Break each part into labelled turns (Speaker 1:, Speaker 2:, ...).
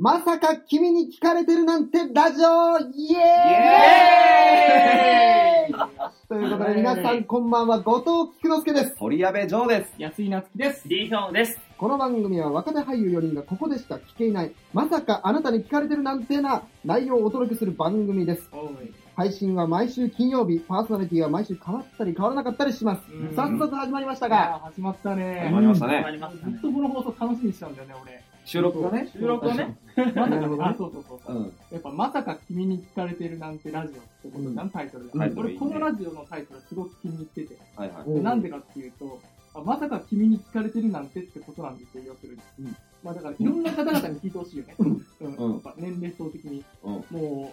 Speaker 1: まさか君に聞かれてるなんてラジオイエーイということで皆さんこんばんは、後藤菊之助です。
Speaker 2: 鳥矢部城です。
Speaker 3: 安井なつきです。
Speaker 4: リーヒョンです。
Speaker 1: この番組は若手俳優4人がここでしか聞けいない、まさかあなたに聞かれてるなんてな内容をお届けする番組です。配信は毎週金曜日、パーソナリティは毎週変わったり変わらなかったりします。
Speaker 3: うん
Speaker 1: 早速始まりました
Speaker 3: だ
Speaker 1: が、
Speaker 3: が、始まった
Speaker 2: 始
Speaker 3: ね
Speaker 2: ま。りまし
Speaker 4: 始
Speaker 2: た
Speaker 4: ま
Speaker 2: ね。
Speaker 4: りました
Speaker 3: ずっ
Speaker 4: ね。
Speaker 3: とこの放送楽しみにしたんだよね、俺。
Speaker 2: 収録がね。
Speaker 4: 収録をね、
Speaker 3: まさか、
Speaker 1: なるほどね
Speaker 3: あ、そうそうそうそうう、
Speaker 2: ん。
Speaker 3: やっぱまさか君に聞かれてるなんてラジオってことじゃん、タイトル
Speaker 2: タ
Speaker 3: が
Speaker 2: イ。トルい
Speaker 3: 俺、こ
Speaker 2: いね
Speaker 3: のラジオのタイトルすごく気に入ってて。
Speaker 2: はいはい。
Speaker 1: お
Speaker 3: で
Speaker 1: う
Speaker 3: なんでかっていうと、あまさか君に聞かれてるなんてってことなんですよ、要するに。
Speaker 2: うん
Speaker 3: まあだから、いろんな方々に聞いてほしいよね。うん
Speaker 2: うん
Speaker 3: やっぱ年齢層的に。
Speaker 2: うん
Speaker 3: もう、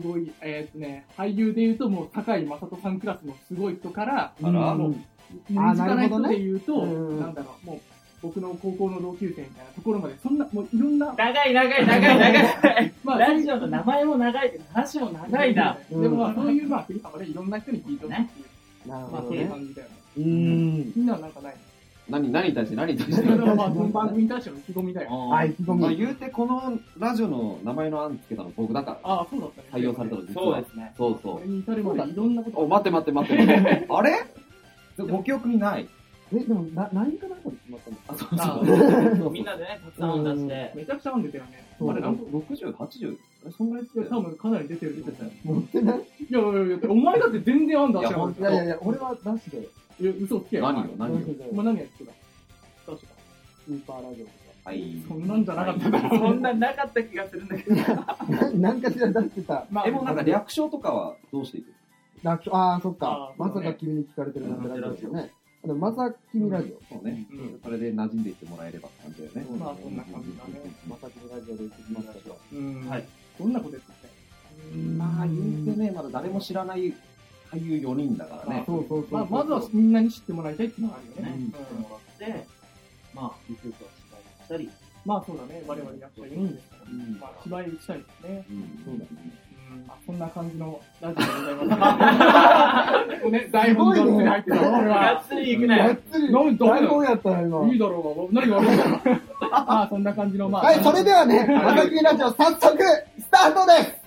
Speaker 3: すごい、えーっとね、俳優で言うと、もう、高井正人さんクラスのすごい人から、
Speaker 2: あら
Speaker 3: もう、身
Speaker 1: あー
Speaker 3: 近な人で言うと、
Speaker 1: なるほどねうん
Speaker 3: なんだろう、もう、僕の高校の同級生みたいなところまで、そんな、もういろんな、
Speaker 4: 長い長い長い長い。
Speaker 3: ま
Speaker 4: ラジオの名前も長いけど、話も長いな。
Speaker 3: でもまあ、そういう、まあ、振り幅でいろんな人に聞いてほしいっていう、
Speaker 1: なる
Speaker 3: まあ、
Speaker 1: ほ
Speaker 3: そ
Speaker 1: ど
Speaker 3: ういう
Speaker 1: ね。
Speaker 3: 感じだよね。
Speaker 1: うーん。
Speaker 3: みんなはなんかない
Speaker 2: 何、何に対して、何に対し
Speaker 3: そ
Speaker 2: て。
Speaker 3: れはまあ、この番組に対しての意気込みだよ。
Speaker 1: は、
Speaker 2: はい
Speaker 1: 意気込
Speaker 2: まあ、
Speaker 1: み。
Speaker 2: 言うて、このラジオの名前の案つけたの僕だから。
Speaker 3: ああ、そうだったね。
Speaker 2: 採用されたの実
Speaker 4: そう
Speaker 2: は
Speaker 4: で。すね。
Speaker 2: そうそ
Speaker 3: こ
Speaker 2: う
Speaker 3: れ。に至るまでいろんなこと。
Speaker 2: お、待って待って待って待って。あれご記憶にない。
Speaker 1: え、でも、な、何かなんかで決まったの
Speaker 2: あ、そう
Speaker 4: あ
Speaker 2: そう。
Speaker 4: みんなでね、たくさん出して。
Speaker 3: めちゃくちゃ編んでたよね。
Speaker 1: そう
Speaker 3: あれ、なんか、
Speaker 2: 60、80? えそんぐらい
Speaker 3: い
Speaker 2: つ
Speaker 3: や多分かなり出てると思う。
Speaker 1: 持ってない
Speaker 3: いやいやいや、お前だって全然編んだ
Speaker 2: いや
Speaker 3: 知らなかっ
Speaker 1: い
Speaker 3: た
Speaker 1: やいやいや、俺はなしで、
Speaker 3: いや、嘘つけよ。
Speaker 2: 何
Speaker 3: お
Speaker 2: よ、何よ。
Speaker 3: 前お前何やってた確か。
Speaker 1: スーパーラジオと
Speaker 2: はい。
Speaker 3: そんなんじゃなかった
Speaker 2: は
Speaker 3: ない
Speaker 4: そんななかった気がするんだけど。
Speaker 1: か。 なんかしら出してた。
Speaker 3: ま
Speaker 2: え、もうなんか略称とかはどうしていく
Speaker 1: ラジオああ、そっか
Speaker 3: あ。
Speaker 1: ま
Speaker 3: ー
Speaker 1: さ
Speaker 3: そうね
Speaker 1: か君に聞かれてるなんてラジオね。でもまさき君ラジオ。
Speaker 2: そうね
Speaker 3: うん。
Speaker 2: それで馴染んでいってもらえればって感じだよね。
Speaker 3: まあ、そんな感じだね。
Speaker 1: まさき君ラジオで言ってきましたけど。
Speaker 3: うん。
Speaker 4: はい。
Speaker 3: どんなことやってた
Speaker 2: まあ、言うてね、まだ誰も知らない俳優4人だからね。
Speaker 1: そうそうそう。
Speaker 3: まあ、まずはみんなに知ってもらいたいっていうのがあるよね。
Speaker 2: うん
Speaker 4: 来てもらって、まあ、リクルートを芝居したり、
Speaker 3: まあ、そうだね。我々やっぱ4人ですから。
Speaker 2: うん
Speaker 3: まあ、芝居したいですね。
Speaker 2: うんそうだね。
Speaker 3: あこんな感じのラジオでございます。もうね、台本が入ってたわ、俺
Speaker 4: が
Speaker 3: は
Speaker 4: っ。つり行く
Speaker 1: が
Speaker 4: な
Speaker 1: っ
Speaker 4: よ。
Speaker 1: つり、
Speaker 3: なんだ
Speaker 1: 台本やったの
Speaker 3: いい
Speaker 1: 今。
Speaker 3: だろうが、何が悪いんだろう。まあ、そんな感じの、まあ。
Speaker 1: はい、それではね、まさき君ラジオ早速、スタートです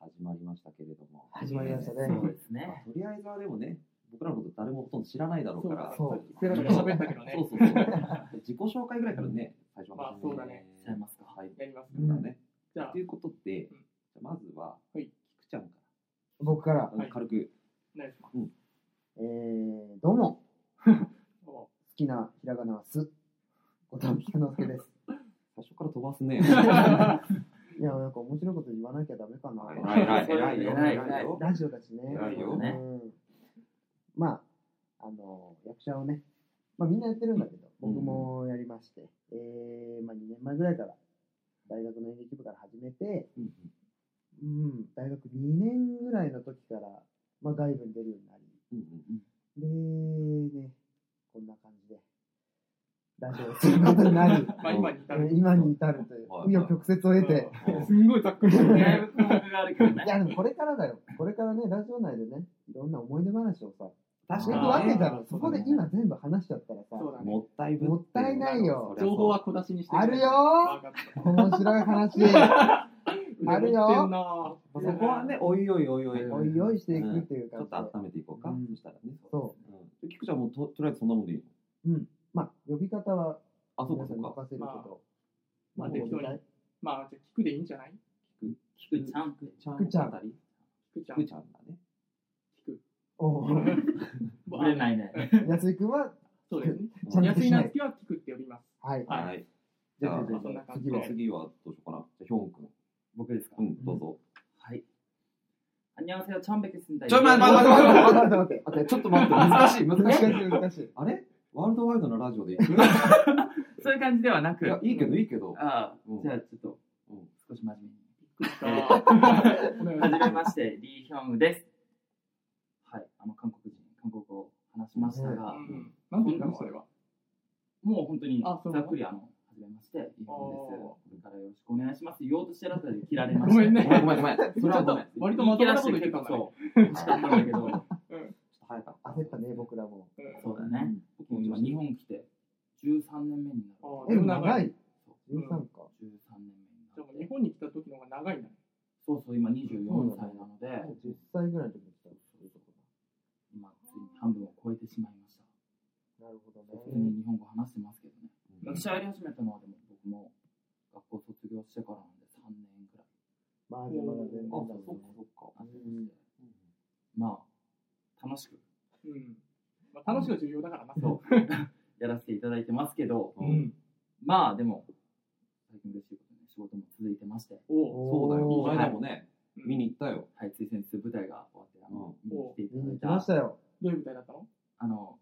Speaker 2: 始まりましたけれども。
Speaker 1: 始まりましたね
Speaker 4: そうです
Speaker 2: まあ
Speaker 4: ね。
Speaker 2: とりあえずはでもね、僕らのこと誰もほとんど知らないだろうから。
Speaker 1: そう
Speaker 3: ペラペラ喋ったけどね
Speaker 2: そ。うそうそう。自己紹介ぐらいからね、最初は。
Speaker 3: まあそうだね
Speaker 4: ちゃいますか。
Speaker 2: はい。
Speaker 3: やります。
Speaker 2: だね。
Speaker 3: じゃあ
Speaker 2: とい、うことで
Speaker 3: うん、
Speaker 2: まずは、
Speaker 3: は
Speaker 2: 菊
Speaker 3: い
Speaker 2: ちゃんか
Speaker 1: 僕から。
Speaker 2: ら
Speaker 3: はい
Speaker 2: 軽く。
Speaker 3: お願いします。
Speaker 1: えー、どうも。好きなひらがなはす。ごたんきくのすけです。
Speaker 2: 最初から飛ばすね。
Speaker 1: いや、なんか面白いこと言わなきゃダメかな。
Speaker 2: 偉い偉い偉いよ
Speaker 4: 偉い偉い
Speaker 2: 偉いよ
Speaker 1: ラジオだしね。
Speaker 2: 偉いよ
Speaker 4: ね
Speaker 1: うんまあ、あの、役者をね、まあみんなやってるんだけど、僕もやりまして、えー、まあ2年前ぐらいから、大学の演劇部から始めて、
Speaker 2: うん
Speaker 1: うん、大学2年ぐらいの時から、まあ外部に出るようになり、
Speaker 2: うん
Speaker 1: で、ね、こんな感じで、ラジオをすることに なり、
Speaker 3: まあ、今に至る。
Speaker 1: 今に至るという、
Speaker 2: はい
Speaker 1: 紆余曲折を得て、
Speaker 2: うんうん
Speaker 3: すんごいざっくりしてる
Speaker 4: だい
Speaker 3: ね。
Speaker 4: ぶ項目があるけどね
Speaker 1: い。や、でもこれからだよ。これからね、ラジオ内でね、いろんな思い出話をさ、
Speaker 2: 確
Speaker 1: してい
Speaker 2: か
Speaker 1: く
Speaker 2: に
Speaker 1: わけ
Speaker 2: ね
Speaker 1: だろ。そこで今全部話しちゃったらさ、
Speaker 3: そうだね。
Speaker 2: もったいぶって
Speaker 1: もったいないよ
Speaker 2: そりゃそう
Speaker 3: 情報は小出しにして
Speaker 1: あるよ
Speaker 3: わかった
Speaker 1: 面白い話、あるよ
Speaker 3: 売れてんな
Speaker 2: まあそこはね、おいおいおいおい。
Speaker 1: おいおいしていくっていう
Speaker 2: ちょ
Speaker 1: 感
Speaker 2: っ
Speaker 1: じで。
Speaker 2: と温めていこうか。
Speaker 1: うん
Speaker 2: そしたらね。。
Speaker 1: そう
Speaker 2: 菊ちゃんもととりあえずそんなもんでいいの
Speaker 1: まあ、呼び方は
Speaker 2: あ、そうか
Speaker 1: 皆
Speaker 2: そ
Speaker 1: さん
Speaker 2: う
Speaker 1: に任せ
Speaker 2: か。
Speaker 1: るけど、
Speaker 3: まあ、
Speaker 1: で
Speaker 3: 適当に。まあ、じゃあ聞くでいいんじゃない
Speaker 4: 菊ちゃん。
Speaker 2: ちゃん
Speaker 1: 菊ちゃん
Speaker 2: あたり
Speaker 3: 聞くじゃん。
Speaker 2: 菊
Speaker 3: 聞
Speaker 2: ちゃんだね。
Speaker 1: おう
Speaker 3: く。
Speaker 4: ぶれないね。
Speaker 1: 安井くんは、
Speaker 3: そうですね。
Speaker 1: ちゃんと
Speaker 3: 安
Speaker 1: し
Speaker 3: 井
Speaker 1: な
Speaker 3: ないつ。きは聞くって呼びます。
Speaker 1: はい。
Speaker 3: はい
Speaker 2: はい。
Speaker 1: じ
Speaker 2: じ
Speaker 1: ゃ
Speaker 2: ゃ
Speaker 1: あ
Speaker 2: あ、
Speaker 3: まあそんな感じ
Speaker 2: 次
Speaker 3: で
Speaker 2: は、。次はどうしようかな。じゃあ、ヒョン君。
Speaker 4: 僕ですか
Speaker 2: うん、どうぞ。
Speaker 4: はい。안녕하세요。천백입니다。
Speaker 2: ちょ 待って
Speaker 1: 待って待って待って
Speaker 2: あ、でちょっと待って、難しい、難
Speaker 1: 難
Speaker 2: し
Speaker 1: し
Speaker 2: い。
Speaker 1: い難しい。
Speaker 2: あれワールドワイドなラジオ で行く
Speaker 4: そういう感じではないく。
Speaker 2: や、いいけど、いいけど。
Speaker 4: ああ、
Speaker 2: うん
Speaker 4: じゃあちょっと
Speaker 2: うん、
Speaker 4: 少し真面目に。はじ
Speaker 3: お願いします
Speaker 4: めま して、リーヒョンウです。はい、あの、韓国人、韓国語を話しましたが、
Speaker 3: うんなんて言ったのそれは。
Speaker 4: もう本当に
Speaker 3: あそう
Speaker 4: ざっくり、あの、はじめまして、リーヒョンです。
Speaker 3: あー
Speaker 4: これからよろしくお願いします。言おうとしてるあたりで切られました。
Speaker 3: ごめ ん
Speaker 2: ごめん、
Speaker 3: ね。
Speaker 2: ごめん、ごめん。それはごめん。ちょっ
Speaker 3: 割と
Speaker 4: 言
Speaker 3: ま
Speaker 4: い切
Speaker 3: とも
Speaker 4: ら
Speaker 3: な
Speaker 4: し
Speaker 3: こ
Speaker 4: て
Speaker 3: と
Speaker 4: る
Speaker 3: 言って
Speaker 4: 結
Speaker 3: た
Speaker 4: 構そう、欲しかっ
Speaker 3: んだね。
Speaker 4: たんだけど、
Speaker 2: と早かった。
Speaker 1: 焦ったね、僕らも。
Speaker 4: そうだね。僕も今、日本来て13年目になる。
Speaker 3: うん
Speaker 1: でも長い。
Speaker 3: うん
Speaker 1: 13か。
Speaker 4: 13年目にな
Speaker 3: でも
Speaker 4: っ
Speaker 3: 日
Speaker 4: て、
Speaker 3: 本に来た時の方が長いな。
Speaker 4: そうそう、今24歳なので、
Speaker 1: 10歳ぐらいの時に来たそういうとこ
Speaker 4: 今、ついに半分を超えてしまいました。
Speaker 1: だなるほど
Speaker 4: 普通に日本語話してますけどね。
Speaker 2: うん
Speaker 4: 私、やり始めたのは、でも僕も学校卒業してからなんで3年くらい。
Speaker 1: まあ、でもまだ全然だもんね
Speaker 4: そうか。
Speaker 1: うん
Speaker 4: まあ、楽しく
Speaker 3: うん。まあ、楽しいが重要だからな。
Speaker 4: そうやらせていただいてますけど、
Speaker 2: う
Speaker 3: うん。
Speaker 4: まあでも、最近嬉しいことに仕事も続いてまして、
Speaker 3: おう
Speaker 2: そうだよ、
Speaker 1: おー
Speaker 2: この間もね、
Speaker 3: うん
Speaker 2: 見に行ったよ。
Speaker 4: はい、つい先日舞台が終わって、あの、見に来ていた
Speaker 1: 見
Speaker 4: だ
Speaker 1: に
Speaker 4: い
Speaker 1: 来ま
Speaker 4: た、
Speaker 1: したよ。
Speaker 3: どういう舞台だったの
Speaker 4: あの、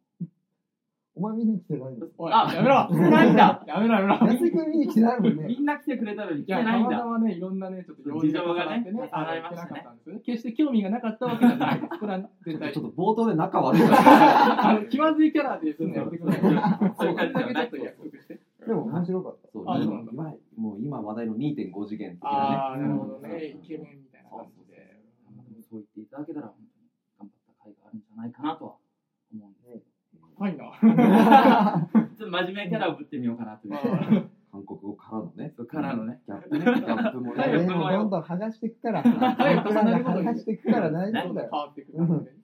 Speaker 1: お前見に来てないの
Speaker 3: おい、
Speaker 4: あ
Speaker 3: やめろないんだやめろやめろ
Speaker 1: 安井君見に来てないもんね
Speaker 4: み。んな来てくれたのに来
Speaker 3: い
Speaker 4: て
Speaker 3: や、
Speaker 4: ないんだ。
Speaker 3: たまたまね、いろんなね、ちょっと用事が重なって
Speaker 4: 事情がね
Speaker 3: ね、あの
Speaker 4: 重なり
Speaker 3: 行け
Speaker 4: ま
Speaker 3: な
Speaker 4: した
Speaker 3: か
Speaker 4: ね
Speaker 3: ったんです。決して興味がなかったわけじゃないです。これは
Speaker 2: ちょ
Speaker 3: 絶
Speaker 2: っ
Speaker 3: 対。
Speaker 2: と冒頭で仲悪い から。
Speaker 3: あ の気まずいキャラですんのやめてください。
Speaker 4: そ
Speaker 3: そうれだけち
Speaker 4: そう
Speaker 3: ょっと約束して。
Speaker 1: でも面白かっ
Speaker 2: そう
Speaker 3: あ
Speaker 2: い
Speaker 3: そうなんだ
Speaker 2: わゆるもう今話題の2.5次元的な
Speaker 3: ああ、なるほどね。イケメンみたいな
Speaker 4: そう
Speaker 3: 感じで。
Speaker 4: 言っていただけたら、本当に頑張った甲斐があるんじゃないかなとは思うんですけど、
Speaker 3: ファイな。
Speaker 4: ちょっと真面目キャラをぶってみようかなという
Speaker 3: ま。あ
Speaker 2: 韓国語からのね、
Speaker 4: そうからのね、
Speaker 2: ギャップね、ギャップも
Speaker 1: た。
Speaker 4: は
Speaker 1: え
Speaker 4: い
Speaker 2: ね、
Speaker 1: ーもうどんどん剥がしていくから。
Speaker 3: 早く
Speaker 1: 僕ら
Speaker 3: 重な
Speaker 1: が
Speaker 3: ること
Speaker 1: 剥
Speaker 3: に
Speaker 1: がしていくから大丈夫だ
Speaker 3: 変
Speaker 1: よ。
Speaker 3: わっていく感じで。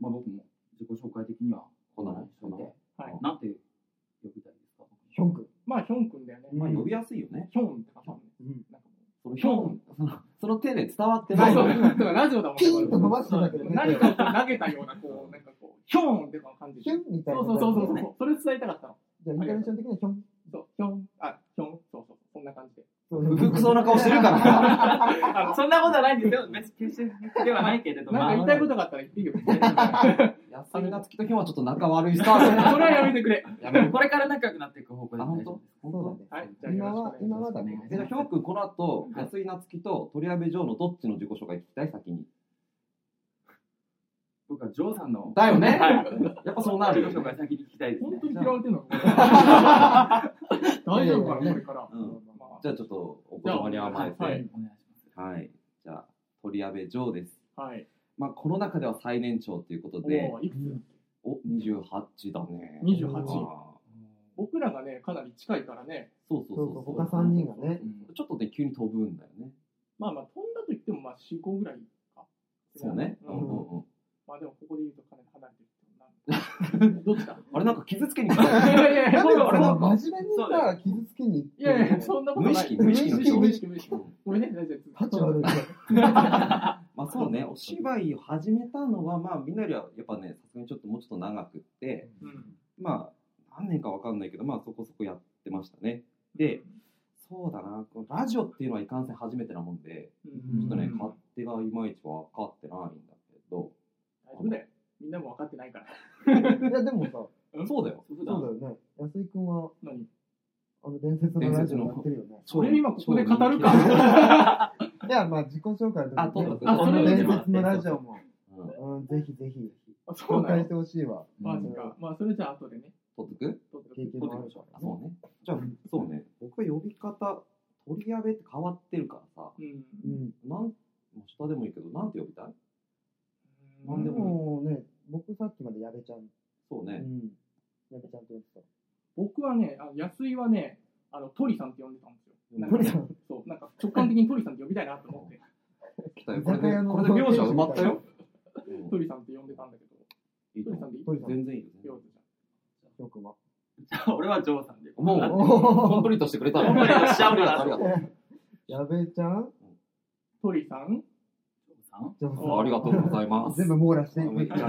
Speaker 4: まあ僕も自己紹介的にはこんなのにしといて、
Speaker 3: はい
Speaker 4: なんて呼びたいですか
Speaker 1: ヒョン君。
Speaker 3: まあ、ヒョン君だよね。
Speaker 2: まあ呼びやすいよね。
Speaker 3: ヒョンって感じだもんね。
Speaker 1: うん
Speaker 3: なんかも
Speaker 2: そのヒョン、そのその手で伝わって
Speaker 3: う
Speaker 2: ない
Speaker 3: そ
Speaker 2: よ
Speaker 3: う
Speaker 2: ね。
Speaker 3: だからラジオだもんね
Speaker 1: ピーンと伸ばしてたけどね。
Speaker 3: 何かをこう投げたような、こう、なんかこう、ヒョンって感じ
Speaker 1: ヒ
Speaker 3: で。
Speaker 1: ョ
Speaker 3: そ
Speaker 1: ンみたいな。
Speaker 3: うそうそうそう。そうそれ伝えたかったの。
Speaker 1: じゃあ、インターネーション的にはヒョン。
Speaker 3: そう、ヒョン、あ、ヒョン、そうそう、そんな感じで。
Speaker 1: そう
Speaker 2: 不服そうな顔してるからさ。
Speaker 4: あのそんなことはないんですよ。別に決してではないけれども、
Speaker 3: なんか
Speaker 4: まあ
Speaker 3: 言いたいことがあったら言っていいよ。それ
Speaker 2: 安井夏樹とヒョンはちょっと仲悪いスタート
Speaker 3: は やめてくれ。
Speaker 2: やめろ。
Speaker 4: これから仲良くなっていく方向で
Speaker 2: あ、
Speaker 4: 大
Speaker 2: 本
Speaker 4: 丈夫
Speaker 2: 当
Speaker 4: です。
Speaker 1: そう
Speaker 2: 本
Speaker 1: だね。
Speaker 3: はい、じゃあ
Speaker 1: 今
Speaker 3: よろ
Speaker 1: は
Speaker 3: し、くお
Speaker 1: 今
Speaker 3: 願いし
Speaker 1: はだね。
Speaker 2: 当え、じゃあヒョン君この後、
Speaker 4: はい
Speaker 2: 安井夏樹と鳥籔城のどっちの自己紹介聞きたい先に。
Speaker 4: 僕はジョーさんの
Speaker 2: だよね。
Speaker 4: はい
Speaker 2: やっぱそうな
Speaker 4: 自
Speaker 2: る
Speaker 4: 己
Speaker 2: よ
Speaker 4: 紹
Speaker 2: ね。
Speaker 4: 介先に聞きたいです
Speaker 3: ます。
Speaker 4: ね
Speaker 3: 本。当に嫌われてんのか、これ大丈夫かな、これから。
Speaker 2: うん
Speaker 3: まあ
Speaker 2: じゃあちょっとお言葉に甘えて。
Speaker 3: は
Speaker 2: はいい。
Speaker 4: お願いします。
Speaker 2: じゃあ、鳥矢部城です。
Speaker 3: はい。
Speaker 2: まあ、この中では最年長ということで
Speaker 3: お、ーいくつ
Speaker 2: お、28だね。あ
Speaker 3: ?28。
Speaker 2: ー
Speaker 4: う
Speaker 3: 僕らがね、かなり近いからね。
Speaker 2: そうそ
Speaker 1: そ
Speaker 2: うそうう
Speaker 1: そう、
Speaker 2: そう。
Speaker 1: 他三人がね。
Speaker 4: ん
Speaker 2: ちょっとね、急に飛ぶんだよね。
Speaker 3: まあまあ、飛んだと言っても、まあ、4、5ぐらいか。
Speaker 2: そうね。
Speaker 3: う
Speaker 2: うんんうんうん。
Speaker 3: まあでも、ここで言うとかなり離れてるけどな。どっちだ
Speaker 2: あれ、なんか傷つけ に来た。
Speaker 3: いやいやい
Speaker 1: な
Speaker 3: や、
Speaker 1: んで
Speaker 3: 俺
Speaker 1: 俺は
Speaker 3: は。
Speaker 1: 真面目に
Speaker 4: そうだ
Speaker 1: さ、傷つけに
Speaker 3: い
Speaker 1: 行ってるの
Speaker 3: やいや、そんなこと
Speaker 2: 無
Speaker 3: な
Speaker 2: 意
Speaker 3: い。
Speaker 2: 識、無意識の人。
Speaker 3: 無意識、無意識
Speaker 2: う。ん
Speaker 3: ごめんね、大丈夫。
Speaker 1: 立ち悪いから。
Speaker 2: まあそうね、お芝居を始めたのは、まあみんなよりはやっぱね、さすがにちょっともうちょっと長くって、
Speaker 3: うん
Speaker 2: まあ何年かわかんないけど、まあそこそこやってましたね。で、そうだな、このラジオっていうのはいかんせん初めてなもんで、
Speaker 3: う
Speaker 2: ち
Speaker 3: ん
Speaker 2: ょっと
Speaker 1: う
Speaker 2: ね
Speaker 1: ん、
Speaker 2: 勝手がいまいち分かってないんだけど、
Speaker 3: 大丈夫だよ。みんなも分かってないから。
Speaker 1: いや、でもさ、そ
Speaker 3: うん
Speaker 2: そうだよ。
Speaker 4: そう
Speaker 1: う
Speaker 4: だ
Speaker 1: だよね。安井君は、
Speaker 3: 何
Speaker 1: あの、伝説のラジオやってるよね。
Speaker 3: それ今ここで語る
Speaker 2: 超人気
Speaker 3: か。
Speaker 1: じゃあ、まあ、自己紹介の時にね
Speaker 2: あそうだ
Speaker 1: あそれ伝説のラジオも、
Speaker 2: うん。
Speaker 1: うん、ぜひぜひ、
Speaker 3: あそ
Speaker 1: 紹
Speaker 3: うな
Speaker 1: 介
Speaker 3: の
Speaker 1: してほしいわ。
Speaker 3: マジ
Speaker 1: う
Speaker 3: か。まあ、それじゃあ後でね。
Speaker 2: 取っとく
Speaker 3: 撮ってく
Speaker 1: 経
Speaker 3: れ
Speaker 1: 験もあるからね。
Speaker 2: あ、そうね。じゃあ、そうね。僕は呼び方、取り上げって変わってるからさ、
Speaker 3: うん。
Speaker 1: うん。
Speaker 2: なん、もう下でもいいけど、なんて呼びたい
Speaker 1: ま
Speaker 2: な
Speaker 1: あ
Speaker 2: ん
Speaker 1: で
Speaker 2: で
Speaker 1: もね、僕さっきまで矢部ちゃん。
Speaker 2: そう
Speaker 1: う
Speaker 2: ね。
Speaker 1: ん。矢部ちゃんと言って
Speaker 3: 僕はね、あの安井はね、あの、鳥さんって呼んでたんですよ。な
Speaker 1: た。と
Speaker 3: んか
Speaker 1: りあえず
Speaker 3: そう、なんか直感的に鳥さんって呼びたいなと思って、
Speaker 2: 来たよ。
Speaker 1: 居
Speaker 2: これ
Speaker 1: 酒
Speaker 2: で、
Speaker 1: 屋の
Speaker 2: これで描写埋まったよ。うん
Speaker 3: 鳥さんって呼んでたんだけど、
Speaker 2: いいと
Speaker 3: 鳥さんでい
Speaker 2: 思
Speaker 1: 鳥
Speaker 3: い
Speaker 1: さん、
Speaker 2: 全然いいよ。
Speaker 3: よじ
Speaker 1: 翔くんは。
Speaker 4: じゃあ俺はジョーさんで。
Speaker 2: もう、
Speaker 4: あ
Speaker 2: コンプリートしてくれたの。
Speaker 4: コンプリートしちゃうから
Speaker 2: ありがとう。
Speaker 1: 矢部ちゃん
Speaker 3: 鳥さん
Speaker 4: ジョーさん
Speaker 1: じゃ
Speaker 2: あありがとうございます。
Speaker 1: 全部網羅していく。
Speaker 2: 一人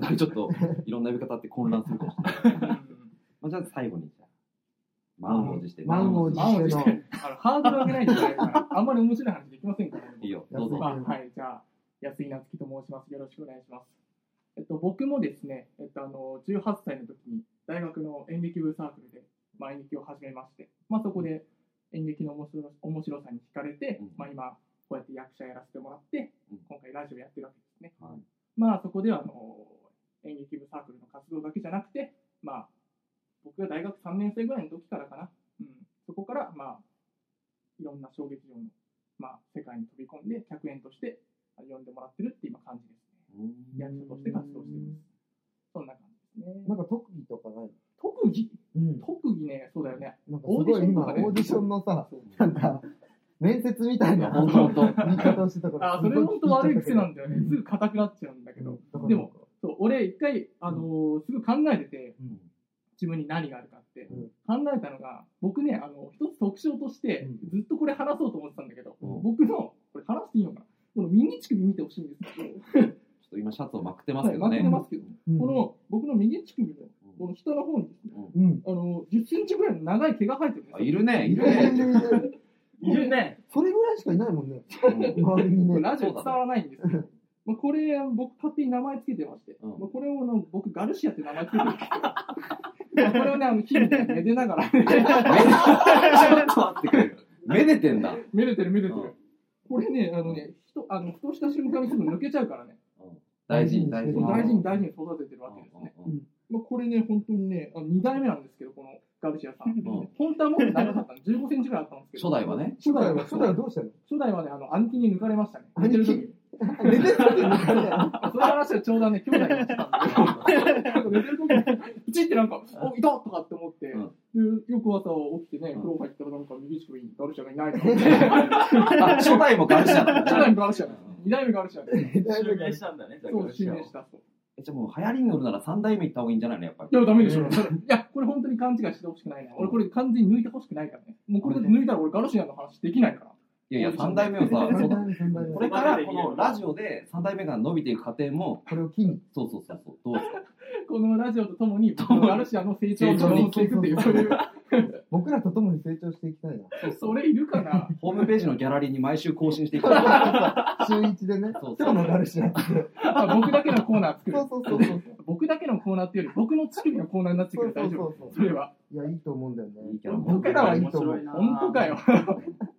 Speaker 2: だけちょっと、いろんな呼び方って混乱するかもしれない。まあ、じゃあ最後に、じゃあ満を持して。
Speaker 1: 満を持
Speaker 3: 満を持してあの、ハードル上げないといけないから、あんまり面白い話できませんから、ね。
Speaker 2: いいよ、どうぞ。
Speaker 3: まあ、はい、じゃあ、安井夏樹と申します。よろしくお願いします。えっと、僕もですね、えっと、あの、18歳の時に、大学の演劇部サークルで、まあ、演劇を始めまして、まあ、そこで演劇の面白面白さに惹かれて、
Speaker 2: うん
Speaker 3: まあ、今、こうやって役者やらせてもらって
Speaker 2: うん、
Speaker 3: 今回ラジオやってるわけですね。
Speaker 2: はい
Speaker 3: まあ、そこでは、あの、演劇部サークルの活動だけじゃなくて、まあ、僕が大学3年生ぐらいの時からかな、うん、そこから、まあ、いろんな小劇場の、まあ、世界に飛び込んで、客演としてあ呼んでもらってるって今感じですね。
Speaker 2: うん
Speaker 3: 役者として活動しています。そんな感じですね。
Speaker 1: なんか特技とかないの
Speaker 3: 特技
Speaker 1: うん。
Speaker 3: 特技ね、そうだよね。
Speaker 1: なんかすごい今、オ
Speaker 3: オーディションとかね
Speaker 1: ーディションのさ、
Speaker 3: そう
Speaker 1: なんか、面接みたいな
Speaker 4: 本当本
Speaker 1: 言い方をしてたから。
Speaker 3: あーそれ本当悪い癖なんだよね
Speaker 1: うん。
Speaker 3: すぐ硬くなっちゃうんだけど。
Speaker 1: うん
Speaker 3: でも、そう俺一回、あのーすぐ考えてて、
Speaker 2: うん
Speaker 3: 自分に何があるかって、
Speaker 1: うん
Speaker 3: 考えたのが、僕ね、あの、一つ特徴として、ずっとこれ話そうと思ってたんだけど、
Speaker 2: うん
Speaker 3: 僕の、これ話していいのかなこの右乳首見てほしいんですけど、
Speaker 2: ちょっと今シャツをまくってます
Speaker 3: はい
Speaker 2: けど
Speaker 3: ま
Speaker 2: ね。
Speaker 3: けてますけど、
Speaker 1: うん、
Speaker 3: この、僕の右乳首の、この下の方にですね、
Speaker 1: うん、
Speaker 3: あのー、10センチぐらいの長い毛が生えてるんです
Speaker 2: あ
Speaker 3: よ。
Speaker 2: いるね、い
Speaker 1: い
Speaker 2: る
Speaker 1: るね
Speaker 2: ね。
Speaker 1: いるね
Speaker 4: いるね。
Speaker 1: それぐらいしかいないもんね。
Speaker 2: うん
Speaker 1: 周りに
Speaker 3: こ
Speaker 1: ね。
Speaker 3: れラジオ伝わらないんですけど、まあ、これ、僕、勝手に名前つけてまして、
Speaker 2: うん
Speaker 3: まあ、これをの僕、ガルシアって名前つけてるんですけど、まあこれをね、あの日々ね、めでながら、 ね、
Speaker 2: ちょっと待ってくれる。めでてんだ。
Speaker 3: めでてる、めでて
Speaker 2: う
Speaker 3: る。これね、あのね、ひとあのふとした瞬間にすぐ抜けちゃうからね、
Speaker 2: 大事に大事に。
Speaker 3: 大事に大事に育ててるわけですね。
Speaker 2: うんうん
Speaker 3: まあ、これね、本当にね、あの2代目なんですけど、このガルシアさん。
Speaker 2: うん
Speaker 3: 本当はもっと長かったの、15センチぐらいあったんですけど、
Speaker 2: 初代はね。
Speaker 1: 初代は、初代はどうしたの
Speaker 3: 初代はね、あの、暗記に抜かれましたね。
Speaker 1: 暗記
Speaker 3: 寝てる時に。
Speaker 1: 寝てる時に抜かれたよ
Speaker 3: その話はちょうどね、兄弟がしてたんで。なんか寝てる時に、プチってなんか、お、いたとかって思って、で、翌朝起きてね、
Speaker 2: うん
Speaker 3: 風呂入ったらなんか右乳首にガルシアがいないと思って、 初
Speaker 2: あ初代もガルシアなんだ
Speaker 3: 代目ガルシアです。二代目ガルシアです。
Speaker 4: 襲名したんだね。じゃあ
Speaker 3: そう、指名した。そう
Speaker 2: えじゃあもう流行りに乗るなら3代目行った方がいいんじゃないのやっぱり。
Speaker 3: いや、ダメでしょ。
Speaker 1: う
Speaker 3: いや、これ本当に勘違いしてほしくないな。俺これ完全に抜いてほしくないからね。もうこれで抜いたら俺ガルシアの話できないから。
Speaker 2: いやいや、3代目をさ、
Speaker 1: 三
Speaker 2: 育
Speaker 1: 代目、三代目
Speaker 2: これからこのラジオで3代目が伸びていく過程も、
Speaker 1: これを機に。
Speaker 2: そうそうそうそう、どうですか
Speaker 3: このラジオとともに、僕のガルシアの成長を見守っていくっていう、そういう、
Speaker 1: 僕らと共に成長していきたいな。
Speaker 3: それいるかな
Speaker 2: ホームページのギャラリーに毎週更新していく。 あ
Speaker 1: 週一でね、
Speaker 2: そうそう
Speaker 1: 今日もなるしなって。
Speaker 3: あ僕だけのコーナー作る
Speaker 1: そ。うそうそうそう。
Speaker 3: 僕だけのコーナーっていうより、僕の乳首のコーナーになってく
Speaker 1: そ
Speaker 3: る
Speaker 1: う
Speaker 3: 大丈夫。
Speaker 1: そうそう
Speaker 3: それは。
Speaker 1: いや、いいと思うんだよね。
Speaker 2: いいキャラ
Speaker 1: 僕らはいいと思う。
Speaker 3: 本当かよ。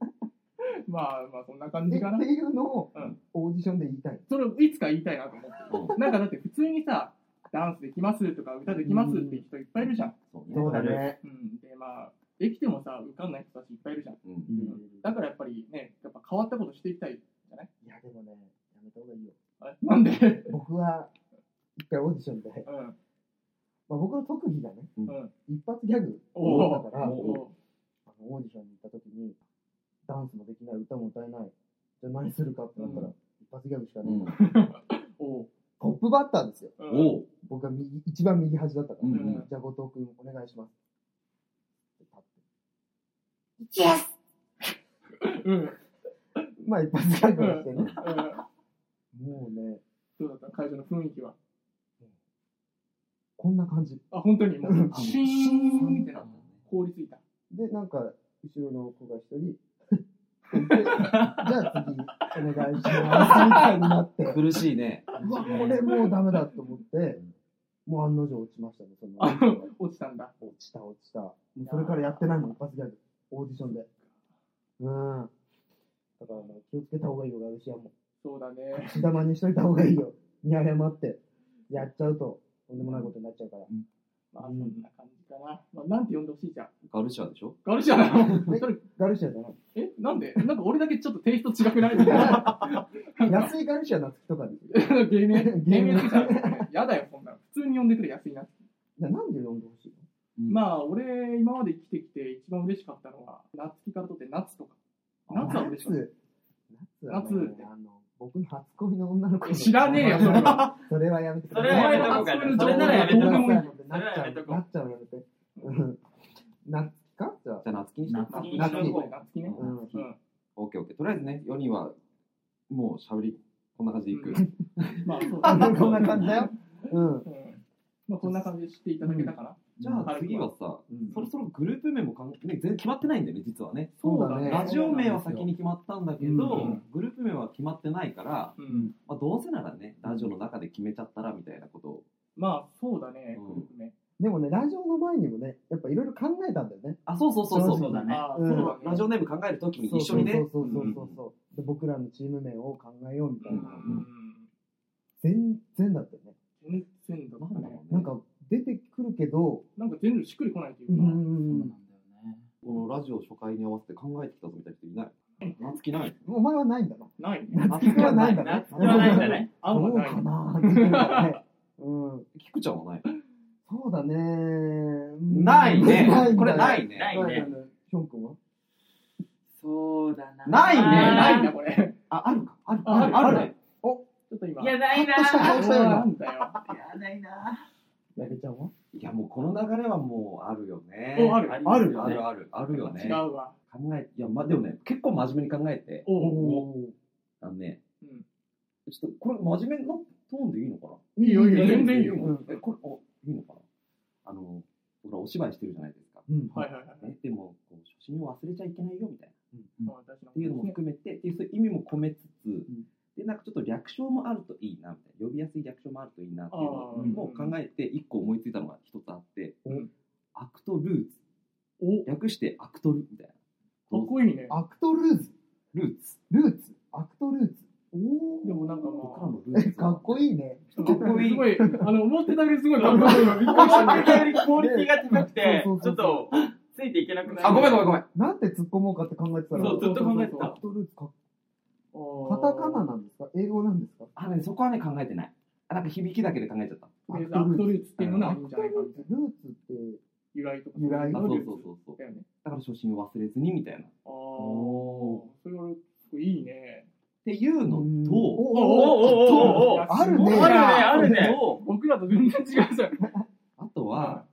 Speaker 3: まあまあそんな感
Speaker 1: え
Speaker 3: じ
Speaker 1: っ
Speaker 3: かな
Speaker 1: て。いうのを
Speaker 3: うん
Speaker 1: オーディションで言いたい。
Speaker 3: それをいつか言いたいなと思って。
Speaker 2: うん
Speaker 3: なんかだって普通にさ、ダンスできますとか歌できますって人いっぱいいるじゃん。
Speaker 2: そうね
Speaker 1: そうだね。
Speaker 3: うん。でまあ、できてもさ、受かんない人たちいっぱいいるじゃん。
Speaker 2: うん
Speaker 1: うん
Speaker 3: だからやっぱりね、やっぱ変わったことしていきたい。
Speaker 1: いや、でもね、やめた方がいいよ。
Speaker 3: あれ なんでう
Speaker 1: 僕は、一回オーディションで、
Speaker 3: ん。
Speaker 1: まあ、僕の特技がね、
Speaker 3: うん
Speaker 1: 一発ギャグ
Speaker 3: おお
Speaker 1: だから、あの
Speaker 3: お
Speaker 1: オーディションに行った時に、ダンスもできない、歌も歌えない、じゃあ何するかってなったら、
Speaker 3: う
Speaker 1: 一発ギャグしか
Speaker 2: う
Speaker 1: ない。
Speaker 2: ん
Speaker 3: お
Speaker 1: トップバッターですよ。
Speaker 3: お
Speaker 2: おう
Speaker 1: 僕が右一番右端だったから。
Speaker 2: うんうん
Speaker 1: じゃあ、後藤君、お願いします。でパッ
Speaker 3: うん。うん。
Speaker 1: てまあ、一発ギャグをしてね。もうね、
Speaker 3: どうだった会場の雰囲気は。
Speaker 1: こんな感じ。
Speaker 3: あ、本当にもう、シーンってなった。
Speaker 2: う
Speaker 3: 凍りついた。
Speaker 1: で、なんか、後ろの子が一人、でじゃあ次、お願いします。み たいになって、
Speaker 2: ん苦しいね。
Speaker 1: うわ、これもうダメだと思って、もう案の定落ちましたね、その
Speaker 3: あ。落ちたんだ。
Speaker 1: 落ちた、落ちた。もうそれからやってないもん、一発ギャグ。オーディションで。うん。だから、気をつけた方がいいよ、ガルシアも。
Speaker 3: そうだね。
Speaker 1: 血玉にしといた方がいいよ。見誤って。やっちゃうと、とんでもないことになっちゃうから。
Speaker 3: まあそんな感じかな。まあ、なんて呼んでほしいじゃん。
Speaker 2: ガルシアでしょ
Speaker 3: ガルシアなの
Speaker 1: え
Speaker 3: それ
Speaker 1: ガルシアじゃない。
Speaker 3: えなんでなんか俺だけちょっとテイスト違くないみたいな。
Speaker 1: 安いガルシア夏希とかで。
Speaker 3: 芸名、
Speaker 1: 芸
Speaker 3: 芸
Speaker 1: 名
Speaker 3: 名つけちゃうね。やだよ、そんなの。普通に呼んでくれ、安いな。
Speaker 1: じゃあなんで呼んでほしい
Speaker 3: まあ、俺、今まで生きてきて一番嬉しかったのは、夏希からとって夏とか。
Speaker 1: の
Speaker 3: 夏は嬉しかっ
Speaker 1: 夏。夏はね
Speaker 3: 夏って
Speaker 1: あの、僕の初恋の女の子
Speaker 3: た。知らねえよ、そ れは。
Speaker 1: それはやめてく
Speaker 4: そ
Speaker 1: だ
Speaker 4: れ
Speaker 1: さい。
Speaker 4: はやめた方がいい。それならやめた
Speaker 3: ど
Speaker 4: 方
Speaker 3: う
Speaker 4: がい
Speaker 3: で
Speaker 4: い。
Speaker 3: もいい
Speaker 1: なっちゃう、なっちゃうやめて。うんなっちかじゃあ
Speaker 2: じゃあ夏希にして。
Speaker 4: 夏希
Speaker 3: 夏希ね。夏希ね。
Speaker 1: うん
Speaker 2: 夏 希
Speaker 3: うん
Speaker 2: オッケーオッケー。とりあえずね、4人はもう喋り、こんな感じでいく。
Speaker 3: まあ、そう
Speaker 1: あ
Speaker 3: だね。
Speaker 1: の、こんな感じだよ。うん。
Speaker 3: うんまあ、こんな感じで知っていただけたかな。
Speaker 2: じゃあ次はさ、そろそろグループ名も考えね、全決まってないんだよね、実はね。
Speaker 1: そうだね
Speaker 2: ラジオ名は先に決まったんだけど、
Speaker 1: うん
Speaker 2: グループ名は決まってないから、
Speaker 3: うん。
Speaker 2: まあ、どうせならね、ラジオの中で決めちゃったらみたいなことを。
Speaker 3: まあ、そうだね、
Speaker 2: うん
Speaker 3: グループ名。
Speaker 1: でもね、ラジオの前にもね、やっぱいろいろ考えたんだよね。
Speaker 2: あ、そうそうそうそう。
Speaker 4: そうだね。
Speaker 3: ああ、
Speaker 1: うん
Speaker 3: そうだね。
Speaker 2: ラジオネーム考えるときに一緒にね。
Speaker 1: そうそうそうそうそう。で、僕らのチーム名を考えようみた
Speaker 3: う
Speaker 1: いな。
Speaker 3: ん。
Speaker 1: 全然だったよね。
Speaker 3: 全然だ
Speaker 2: なんだ
Speaker 3: ね
Speaker 2: ろ。う
Speaker 1: な
Speaker 2: ね
Speaker 1: んか、出てくるけど、
Speaker 3: なんか全然しっくりこないといううか、
Speaker 1: ん。
Speaker 2: このラジオ初回に合わせて考えてきたぞみたいな人いない。夏希ない。
Speaker 1: お前はないんだな。
Speaker 3: ないね。
Speaker 2: 夏希
Speaker 1: は
Speaker 2: は
Speaker 1: な
Speaker 2: ないい。
Speaker 1: んだね
Speaker 4: な。ないんだね。
Speaker 3: 青
Speaker 1: どう
Speaker 3: がない
Speaker 1: か。なって言ってるからね。うん。
Speaker 2: 菊ちゃんはない。
Speaker 1: そうそうだねうん
Speaker 2: ないね
Speaker 1: な。い
Speaker 2: これないね。
Speaker 4: ないね。
Speaker 1: ヒョン君は
Speaker 4: そうだな。
Speaker 2: ないね
Speaker 3: えな
Speaker 2: ない
Speaker 3: な、これ。
Speaker 2: あ、あるか。ある
Speaker 3: ある
Speaker 2: あるね。
Speaker 3: ちょっと今。
Speaker 4: いや、ないな。
Speaker 1: ちょっとした
Speaker 3: ど
Speaker 1: 顔
Speaker 3: う
Speaker 1: したよ
Speaker 3: な
Speaker 1: 今。
Speaker 3: んだよ。
Speaker 4: いや、ないな。
Speaker 1: やけちゃんはい
Speaker 2: や、もうこの流れはもうあるよね。
Speaker 3: おある
Speaker 2: あ
Speaker 4: り
Speaker 2: る
Speaker 4: ま
Speaker 2: あ
Speaker 4: すよね
Speaker 2: るある。あるよね。
Speaker 3: 違うわ。
Speaker 2: 考え、いや、ま、でもね、結構真面目に考えて、
Speaker 3: おお。
Speaker 2: おあのね、
Speaker 3: うん
Speaker 2: ちょっと、これ真面目なトーンでいいのかない
Speaker 3: いよいいよ全然いいよ
Speaker 1: うん
Speaker 2: え、これ、お、いいのかなあの、僕らお芝居してるじゃないですか。
Speaker 1: うん
Speaker 3: はいはいはい。
Speaker 2: ね、でも、こう初心を忘れちゃいけないよ、みたいな。
Speaker 3: まあ私の
Speaker 2: っていうのも含めて、っていうそういう意味も込めつつ、で、なんかちょっと略称もあるといいな、みたいな。呼びやすい略称もあるといいな、っていうの
Speaker 3: あー
Speaker 2: もう考えて、一個思いついたのが一つあって、
Speaker 1: うん
Speaker 2: アクトルーツ。
Speaker 3: お
Speaker 2: 略してアクトル、みたいな。
Speaker 3: かっこいいね。
Speaker 1: アクトルーズ
Speaker 2: ルーツ。
Speaker 1: ルーツアクトルーツお
Speaker 3: でもなんかまあ
Speaker 2: 僕らのルー
Speaker 1: え
Speaker 2: ツは。
Speaker 1: かっこいいね
Speaker 3: す
Speaker 2: っこいい
Speaker 3: ごい、あの、思ってたよりすごいかっこいいのびっくりした
Speaker 4: 思っ。たよりクオリティが高くて
Speaker 1: そう、
Speaker 4: ち
Speaker 1: そ
Speaker 4: ょ
Speaker 1: うそ
Speaker 4: っとついていけなくなる。
Speaker 2: あ、ごめんごめんごめん。
Speaker 1: なんて突っ込もうかって考えてたら
Speaker 4: そうずっと考えて
Speaker 1: ア
Speaker 4: た
Speaker 1: クトルーツか
Speaker 3: カ
Speaker 1: カタカナなんですか英語なんですか
Speaker 2: あのね、そこはね、考えてない。あ、なんか響きだけで考えちゃった。
Speaker 3: とりあえずアクトルーツっていうのが
Speaker 1: ア
Speaker 3: いいん
Speaker 1: ク
Speaker 3: じ
Speaker 1: ト
Speaker 3: ゃない
Speaker 1: ル
Speaker 3: か
Speaker 1: ー
Speaker 3: みたい
Speaker 1: ツ
Speaker 3: な。
Speaker 1: ルーツって
Speaker 3: 由来とか。
Speaker 1: 由来
Speaker 2: あ、
Speaker 1: の
Speaker 2: そうそうそうそう。
Speaker 3: だよね。
Speaker 2: だから初心を忘れずにみたいな。っ
Speaker 3: ああ
Speaker 2: お、
Speaker 3: それはいいね。
Speaker 2: ていうの
Speaker 1: うん
Speaker 2: と、
Speaker 4: おお
Speaker 1: おお
Speaker 4: おおおお
Speaker 3: あ
Speaker 1: あるね
Speaker 4: あるね、あるね。
Speaker 2: と
Speaker 3: 僕らと全然違うじゃん。
Speaker 2: あとは、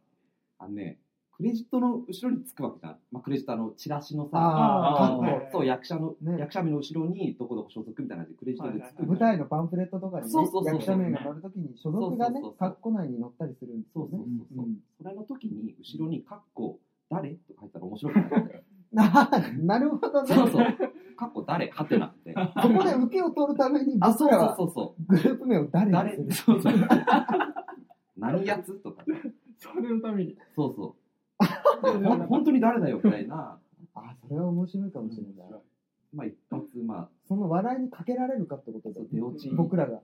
Speaker 2: あのね、クレジットの後ろにつくわけじゃん。まあ、クレジットあの、チラシのさ、
Speaker 1: あ
Speaker 2: あ
Speaker 1: ー
Speaker 2: の
Speaker 1: カッ
Speaker 3: はい
Speaker 2: そう、役者の、
Speaker 1: ね
Speaker 2: 役者名の後ろにどこどこ所属みたいな感じでクレジットでつ
Speaker 1: ト
Speaker 2: く。
Speaker 1: 舞台のパンフレットとかに
Speaker 2: そう
Speaker 1: ね
Speaker 2: そうそう
Speaker 1: 役者名が載るときに所属がね
Speaker 2: そうそうそう
Speaker 1: カッコ内に載ったりするんです
Speaker 2: そ
Speaker 1: よ
Speaker 2: うそ
Speaker 1: ね
Speaker 2: うそうそうう。
Speaker 1: ん
Speaker 2: それの時に、後ろに、カッコ、誰とか入ったら面白くない
Speaker 1: ななるほどね
Speaker 2: そうそう。カッコ、誰はてなって。
Speaker 1: そこで受けを取るために
Speaker 2: あ、そ
Speaker 1: 僕ら
Speaker 2: うそう
Speaker 1: は
Speaker 2: そうそう。
Speaker 1: グループ名を誰に
Speaker 2: 誰
Speaker 1: する
Speaker 2: そうそう。何やつとか。
Speaker 3: それのために。
Speaker 2: そうそう。ほん本当に誰だよ、みたいな。
Speaker 1: あそれは面白いかもしれない
Speaker 2: まあ一発、ま
Speaker 1: その笑いにかけられるかってこと
Speaker 2: あ、
Speaker 1: だ
Speaker 2: そ
Speaker 1: よ
Speaker 2: う
Speaker 1: ね
Speaker 2: 出落ち。
Speaker 1: 僕らが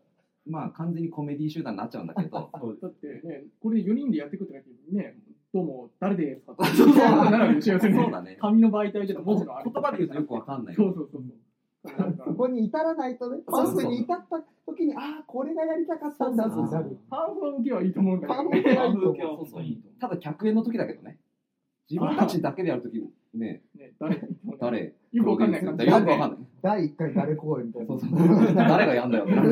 Speaker 2: まあ完全にコメディ集団になっちゃうんだけど。
Speaker 3: だってね、これ4人でやっていくってだけでね、どうも誰ですかって。
Speaker 2: そうそう
Speaker 3: なるわけでしょ、要するに
Speaker 2: そうだね。
Speaker 3: 紙の媒体での
Speaker 2: 言
Speaker 3: 文字のあれ
Speaker 2: 葉で言うとよくわかんない。
Speaker 3: そうそうそうそう。なんか
Speaker 1: そこに至らないとね
Speaker 2: そ
Speaker 1: パ
Speaker 2: うそう
Speaker 1: ンフに至った時にああこれがやりたかったんだってなる
Speaker 3: 半分受けはいいと思うからね。
Speaker 1: 半分
Speaker 4: そうそうそういいと思う
Speaker 2: ただ客演の時だけどね。自分たちだけでやる時ね、
Speaker 3: ね誰
Speaker 2: 誰
Speaker 3: よくわかんない感じ
Speaker 2: よくわかんない。
Speaker 1: 第1回誰公演みたいな
Speaker 2: そうそう。誰がやんだよってなる。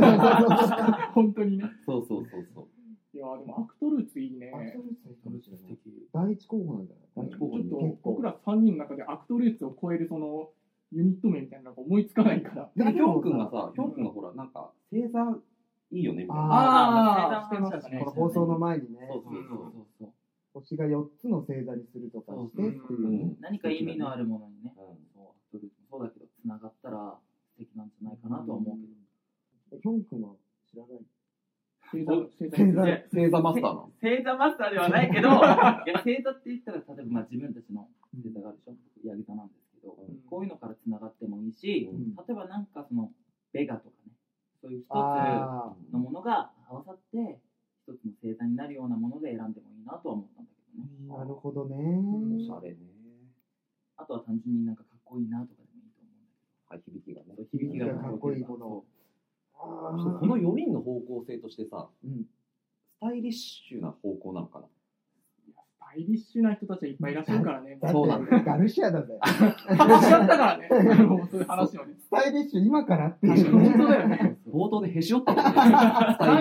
Speaker 3: 本当にね。
Speaker 2: そうそうそうそう。
Speaker 3: いやーでもアクトルーツいいね。
Speaker 1: アクトルーツいいかもしれない第一候補なんだよ
Speaker 2: 第
Speaker 3: ち
Speaker 2: 一候補
Speaker 3: ょっ
Speaker 2: に
Speaker 3: と僕ら3人の中でアクトルーツを超えるそのユニット名みたいなのが思いつかないから。
Speaker 2: でもヒョン君がさ、ヒョン君がほら、なんか、星座いいよね、みたいな。
Speaker 4: ああ、し
Speaker 3: あー
Speaker 4: てましたね
Speaker 1: この放送の前にね
Speaker 2: そうそうそう
Speaker 4: そうそう
Speaker 1: 星が4つの星座にするとかしてっていううね
Speaker 2: ん。
Speaker 4: 何か意味のあるものにね、
Speaker 2: うん
Speaker 4: そう、アクトルーツもそうだけど、つながったら素敵なんじゃないかなとは思うけど。
Speaker 1: ヒョン君は知らない
Speaker 3: 星座星座
Speaker 1: 星座
Speaker 4: で
Speaker 2: 星座マスターの。
Speaker 4: 星座マスターではないけど、いや星座って言ったら、例えばまあ自分たちの星座があるでしょ、僕、ヤギ座なんですけど、
Speaker 2: うん
Speaker 4: こういうのからつながってもいいし、
Speaker 2: うん
Speaker 4: 例えばなんかその、ベガとかね、そういう一つの
Speaker 1: ああ
Speaker 4: ものが合わさって、一つの星座になるようなもので選んでもいいなとは思ったんだけどね。
Speaker 1: なるほどね
Speaker 2: おしゃれね。
Speaker 4: あとは単純になんかかっこいいなとかでもいいと思うんだ
Speaker 2: はい、響きがね
Speaker 4: けど、。響きが
Speaker 1: かっこいいものを
Speaker 2: そ
Speaker 1: あ
Speaker 2: う
Speaker 1: ー
Speaker 2: この4人の方向性としてさ、
Speaker 1: うん
Speaker 2: スタイリッシュな方向なのかな。
Speaker 3: スタイリッシュな人たちがいっぱいいらっしゃるからね。
Speaker 1: だ
Speaker 2: そう
Speaker 1: ってガルシアだぜ
Speaker 3: 昔だったからね。もうそういう話をね。
Speaker 1: スタイリッシュ今からってい
Speaker 3: 確か
Speaker 1: う
Speaker 3: に
Speaker 1: ね
Speaker 3: 本当だ よね。
Speaker 2: 冒頭でへし折ったもんね。スタイリ
Speaker 3: 3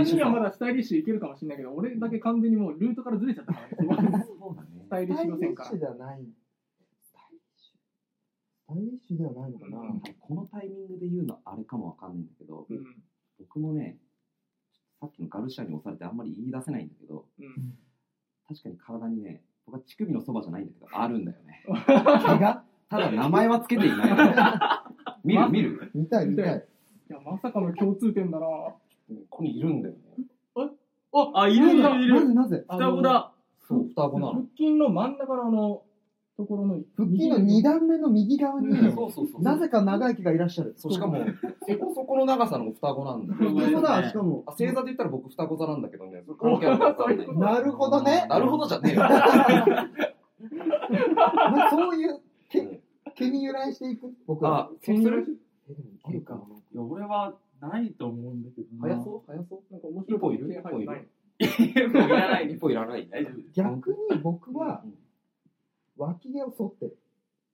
Speaker 2: ッシュ
Speaker 3: 人はま
Speaker 2: さ。
Speaker 3: だスタイリッシュいけるかもしれないけど、俺だけ完全にもうルートからずれちゃったからねそこは。
Speaker 2: そうだね
Speaker 3: ス。タイ
Speaker 1: ス
Speaker 3: リッ
Speaker 1: タイ
Speaker 3: シュ
Speaker 1: リ
Speaker 3: 路線
Speaker 1: ッ
Speaker 3: から
Speaker 1: シュ。ではないスタイリッシュスタイリッシュではないのかな、
Speaker 3: うん
Speaker 2: このタイミングで言うのあれかもわかんないんだけど
Speaker 3: う、ん。
Speaker 2: 僕もね、さっきのガルシアに押されてあんまり言い出せないんだけど、
Speaker 3: うん。
Speaker 2: 確かに体にね、僕は乳首のそばじゃないんだけど、あるんだよね。
Speaker 1: 毛が
Speaker 2: ただ名前はつけていない。見る見る。
Speaker 1: 見たい見たい
Speaker 3: いや、まさかの共通点だな
Speaker 2: ここにいるんだよね。
Speaker 4: あ、あ、いるんだ、い
Speaker 1: な
Speaker 4: る。
Speaker 1: ぜなぜ
Speaker 4: 双子だ。
Speaker 2: そう、双子な
Speaker 3: 腹
Speaker 2: の。
Speaker 3: 筋の真ん中のあの、ところの、
Speaker 1: 腹筋の2段目の右側に、
Speaker 2: うんそうそうそう。
Speaker 1: なぜか長生きがいらっしゃる
Speaker 2: そう、しかも、そこそこの長さの双子なんだよ。
Speaker 1: 双子だしかも
Speaker 2: あ星座で言ったら僕双子座なんだけどね、それ関係あるかわかんない
Speaker 3: お
Speaker 1: なるほど ね、
Speaker 2: なるほどじゃねえよ。
Speaker 1: まあ、そういう
Speaker 2: うん
Speaker 1: 毛に由来していく僕は
Speaker 2: あ、そうする
Speaker 1: えでもあるかない
Speaker 4: や、俺はないと思うんだけどな。
Speaker 2: 早そう早そう
Speaker 3: なんか面白い
Speaker 2: 一歩いる
Speaker 3: 一歩いる
Speaker 4: もういらないで
Speaker 2: 一
Speaker 4: す。
Speaker 2: 歩いらない。
Speaker 4: 大丈夫です。
Speaker 1: 逆に僕は
Speaker 2: は、
Speaker 1: 脇毛を剃ってる。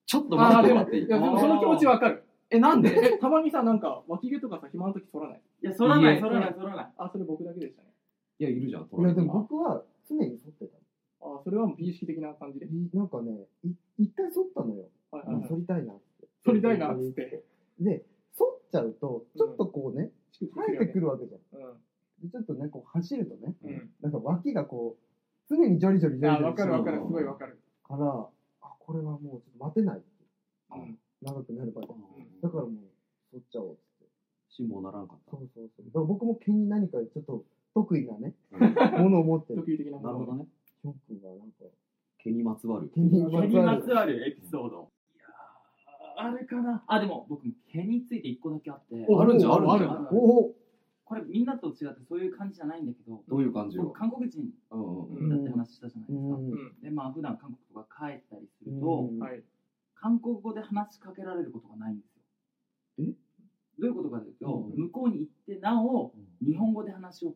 Speaker 2: ちょっと
Speaker 3: あ
Speaker 2: 待
Speaker 3: あ、
Speaker 2: っ
Speaker 3: で
Speaker 2: て
Speaker 3: も、
Speaker 2: 待っ
Speaker 3: い
Speaker 2: て
Speaker 3: や、。でもその気持ちわかる。
Speaker 2: え、なんで
Speaker 3: え、たまにさ、なんか、脇毛とかさ、暇の時剃らない。
Speaker 4: いや、そらないい、
Speaker 2: え
Speaker 4: そらない、そらない。
Speaker 3: あ、それ僕だけでしたね。
Speaker 2: いや、いるじゃん、ト
Speaker 1: い
Speaker 2: ラ
Speaker 1: や、
Speaker 2: イ
Speaker 1: で
Speaker 2: ブ
Speaker 1: も僕は常に剃ってた。
Speaker 3: あ、それはもう美意識的な感じで。
Speaker 1: いなんかね、い一回剃ったのよ。
Speaker 3: はいはい
Speaker 1: あ
Speaker 3: はい
Speaker 1: 剃。りたいなって。
Speaker 3: 剃りたいな、つって。
Speaker 1: で、剃っちゃうと、ちょっとこうね、
Speaker 3: チクチク
Speaker 1: 生えてくるわけじゃん。
Speaker 3: るよね。
Speaker 1: で、ちょっとね、こう走るとね、
Speaker 3: うん。うん
Speaker 1: なんか脇がこう、常にジョリジョリジ
Speaker 3: あ
Speaker 1: ョリジ
Speaker 3: わ
Speaker 1: ョリしてる
Speaker 3: かるわかる、すごいわかる。
Speaker 1: から、あ、これはもうちょっと待てない。
Speaker 3: うん
Speaker 1: 長くなるまで。
Speaker 2: うん
Speaker 1: だからもう、剃っちゃおうっつって。
Speaker 2: 辛抱ならんかっ
Speaker 1: そうそうそう。だから僕も毛に何かちょっと得意な ね、
Speaker 2: た。なる
Speaker 1: ものを持って
Speaker 3: 特
Speaker 1: る。
Speaker 3: 技的なも
Speaker 2: ほど
Speaker 3: の。
Speaker 2: ね。
Speaker 1: ヒョン君がなんか、
Speaker 2: 毛にまつわる。
Speaker 1: 毛に
Speaker 4: 毛にま
Speaker 1: まつ
Speaker 4: つ
Speaker 1: わる。
Speaker 4: わるエピソード。いやーあれかな。あ、でも僕、毛について一個だけあって。
Speaker 1: お
Speaker 2: あるんじゃん、あるん
Speaker 3: あ
Speaker 2: じ
Speaker 3: る
Speaker 2: ゃ
Speaker 3: ん
Speaker 2: ん
Speaker 3: だ。
Speaker 1: おお
Speaker 4: これみんなと違ってそういう感じじゃないんだけど、
Speaker 2: どういう感じよ
Speaker 4: 僕。韓国人
Speaker 2: うんうん。
Speaker 4: だって話したじゃないうですか。
Speaker 1: ん。
Speaker 4: で、まあ普段韓国とか帰ったりすると、
Speaker 1: うん
Speaker 3: はい。
Speaker 4: 韓国語で話しかけられることがないんですよ。
Speaker 2: え
Speaker 4: どういうことかというと、
Speaker 2: うん
Speaker 4: 向こうに行ってなお日本語で話を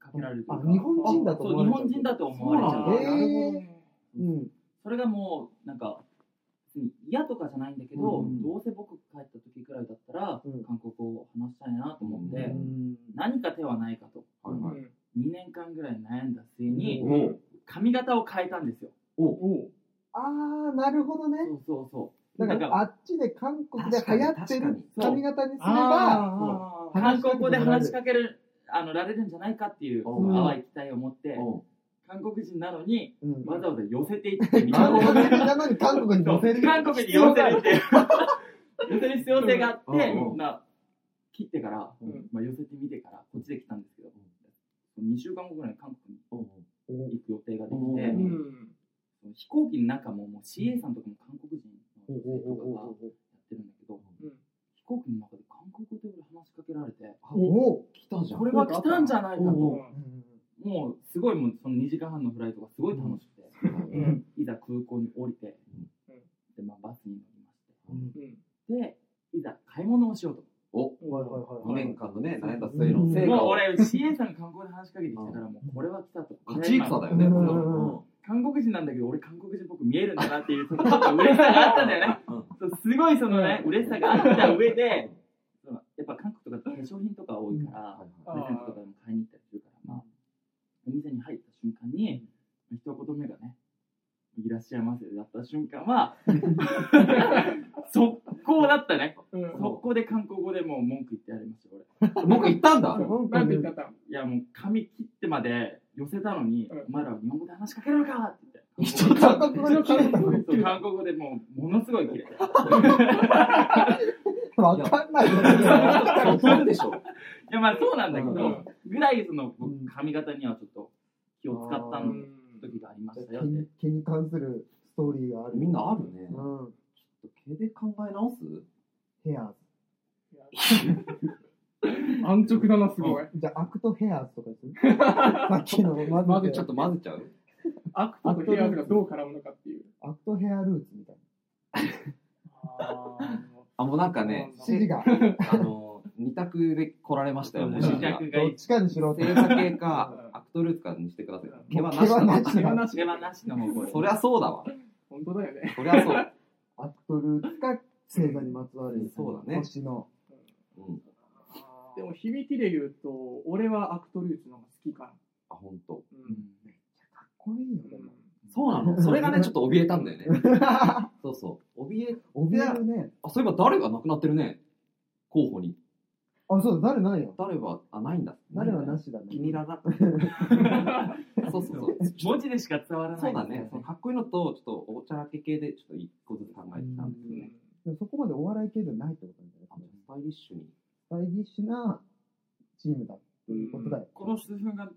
Speaker 4: かけられるという
Speaker 1: あ
Speaker 4: か、、
Speaker 1: 日本人だと
Speaker 4: そう
Speaker 1: 思わ
Speaker 4: 日
Speaker 1: れちゃう
Speaker 4: 本人だと思われちゃ。
Speaker 1: そううなんだ
Speaker 4: そ
Speaker 1: えーうん。
Speaker 4: れがもうなんか別に嫌とかじゃないんだけど、
Speaker 1: うん
Speaker 4: どうせ僕帰った時くらいだったら、
Speaker 1: うん
Speaker 4: 韓国語を話したいなと思って、
Speaker 2: う
Speaker 4: 何か手はないかと
Speaker 2: はいはい。
Speaker 4: 2年間ぐらい悩んだ末に、
Speaker 1: うん
Speaker 2: お
Speaker 4: 髪型を変えたんですよ。
Speaker 2: お
Speaker 3: おう
Speaker 1: あー、なるほどね
Speaker 4: そ。うそうそう。
Speaker 1: だから、あっちで韓国で流行ってる髪型にすれば、
Speaker 3: あーあーあー
Speaker 4: 韓国語で話しかけるあのられるんじゃないかっていう
Speaker 2: うん
Speaker 4: 淡い期待を持って、
Speaker 2: お
Speaker 4: 韓国人なのに
Speaker 1: うん。
Speaker 4: わざわざ寄せていってみ
Speaker 1: 韓
Speaker 4: た
Speaker 1: 国的なのに韓国に乗せる。
Speaker 4: 韓国に寄せるっていう寄せる必要性があって、
Speaker 2: うん
Speaker 4: まあ、切ってから、
Speaker 3: うん
Speaker 4: まあ、寄せてみてからこっちで来たんですけど、2週間後ぐらいに韓国
Speaker 2: お
Speaker 4: に行く予定ができて、
Speaker 2: う
Speaker 3: うんん。
Speaker 4: 飛行機の中ももう CA さんとかも韓国人
Speaker 1: お
Speaker 4: の
Speaker 1: お
Speaker 4: 女性とか
Speaker 1: お
Speaker 4: がやってるんだけど、
Speaker 3: うん
Speaker 4: 飛行機の中で韓国語で俺話しかけられて、
Speaker 1: おおお
Speaker 2: 来たじゃん。
Speaker 4: これは来たんじゃないかと、
Speaker 1: お
Speaker 3: うん
Speaker 4: もうすごいもうその2時間半のフライトがすごい楽しくて、
Speaker 3: うん
Speaker 4: いざ空港に降りて、
Speaker 3: うん
Speaker 4: でまあ、バスに乗りまして、
Speaker 3: うん
Speaker 4: で、いざ買い物をしようと。
Speaker 2: お
Speaker 1: はいはいはい
Speaker 2: 2
Speaker 1: はい
Speaker 2: 年間のね、悩んだ末の成
Speaker 4: も
Speaker 2: 果
Speaker 4: う
Speaker 2: を。
Speaker 4: 俺、CA さんが韓国で話しかけてきたから、もうこれは来たと。
Speaker 2: 勝ち戦だよね。
Speaker 1: う
Speaker 2: うんん
Speaker 4: 韓国人なんだけど、俺韓国人っぽく見えるんだなって いう、そのちょっと嬉しさがあったんだよね。そうすごいそのね、嬉しさがあった上で、そのやっぱ韓国とかって化粧品とか多いから、プレゼントとかでも買いに行ったりするから、まあ、お店に入った瞬間に、一言目がね、いらっしゃいませだった瞬間は、速攻だったね。
Speaker 3: うん
Speaker 2: そう
Speaker 4: 速攻で韓国語でもう文句言ってやりました、俺。
Speaker 2: 僕行ったんだ。
Speaker 3: なんて言ったった
Speaker 4: いやもう髪切ってまで寄せたのに、
Speaker 3: うん
Speaker 4: お前らは日本語で話しかけるのかって言って。
Speaker 1: 韓国の髪型
Speaker 4: そう韓国語でもうものすごい切れて。い
Speaker 1: わかんない
Speaker 2: そうでしょ。
Speaker 4: やまあそうなんだけど、
Speaker 2: うん
Speaker 4: ぐらいその
Speaker 1: うん
Speaker 4: 僕髪型にはちょっと気を使った
Speaker 1: う
Speaker 4: の
Speaker 3: うん
Speaker 4: 時がありましたよって。
Speaker 1: 毛に関するストーリーがある
Speaker 2: みんなあるね。
Speaker 1: うん
Speaker 2: 毛で考え直す
Speaker 1: ヘアー
Speaker 3: 安直だな、すごい。
Speaker 1: ズじゃあアクトヘアーズとかするさっきの
Speaker 2: ま
Speaker 1: 混ぜ
Speaker 2: ず
Speaker 1: て
Speaker 2: ちょっと混ぜちゃう
Speaker 3: アクトとヘアーズがどう絡むのかっていう。
Speaker 1: アクトヘアルーツみたい
Speaker 2: あ、もうなんかね、
Speaker 1: な指示が
Speaker 2: あの、二択で来られましたよ、もう
Speaker 4: 主
Speaker 2: 指示が。
Speaker 4: 役が
Speaker 1: どっちかにしろって
Speaker 2: 星座系か
Speaker 3: う、ん
Speaker 2: アクトルーツかにしてく ださい。
Speaker 3: うん
Speaker 2: 毛はなし
Speaker 1: 毛は
Speaker 2: だ
Speaker 1: な
Speaker 2: な
Speaker 1: し。
Speaker 3: 毛はなし
Speaker 4: 毛はなしの方これ。
Speaker 2: そりゃそうだわ。
Speaker 3: 本当だよね。
Speaker 2: そりゃそう。
Speaker 1: アクトルーツか星座にまつわる
Speaker 2: そうだね
Speaker 1: 星の
Speaker 2: うん。
Speaker 3: でも響きで言うと、俺はアクトルーツの方が好きかな。
Speaker 2: あ、ほんと。
Speaker 3: う
Speaker 4: うん
Speaker 3: ん
Speaker 1: かっこいいよでも
Speaker 2: そうなのそれがね、ちょっと怯えたんだよね。 そうそう。怯え、
Speaker 1: 怯えるね
Speaker 2: あ、そういえば誰が亡くなってるね。候補に。
Speaker 1: あそうだ誰ないよ
Speaker 2: 誰は、あ、ないんだ。
Speaker 1: 誰はなしだね
Speaker 2: 気に入らな そうそうそう。
Speaker 4: 文字でしか伝わらない。
Speaker 2: そうだね。そのかっこいいのと、ちょっとおちゃらけ系で、ちょっと一個ずつ考えてたんですよね。
Speaker 1: でもそこまでお笑い系じゃないってことなんだよ
Speaker 2: あ
Speaker 1: ね
Speaker 2: スタイリッシュに。
Speaker 1: スタイリッシュなチームだっていうことだよ。
Speaker 4: この数分間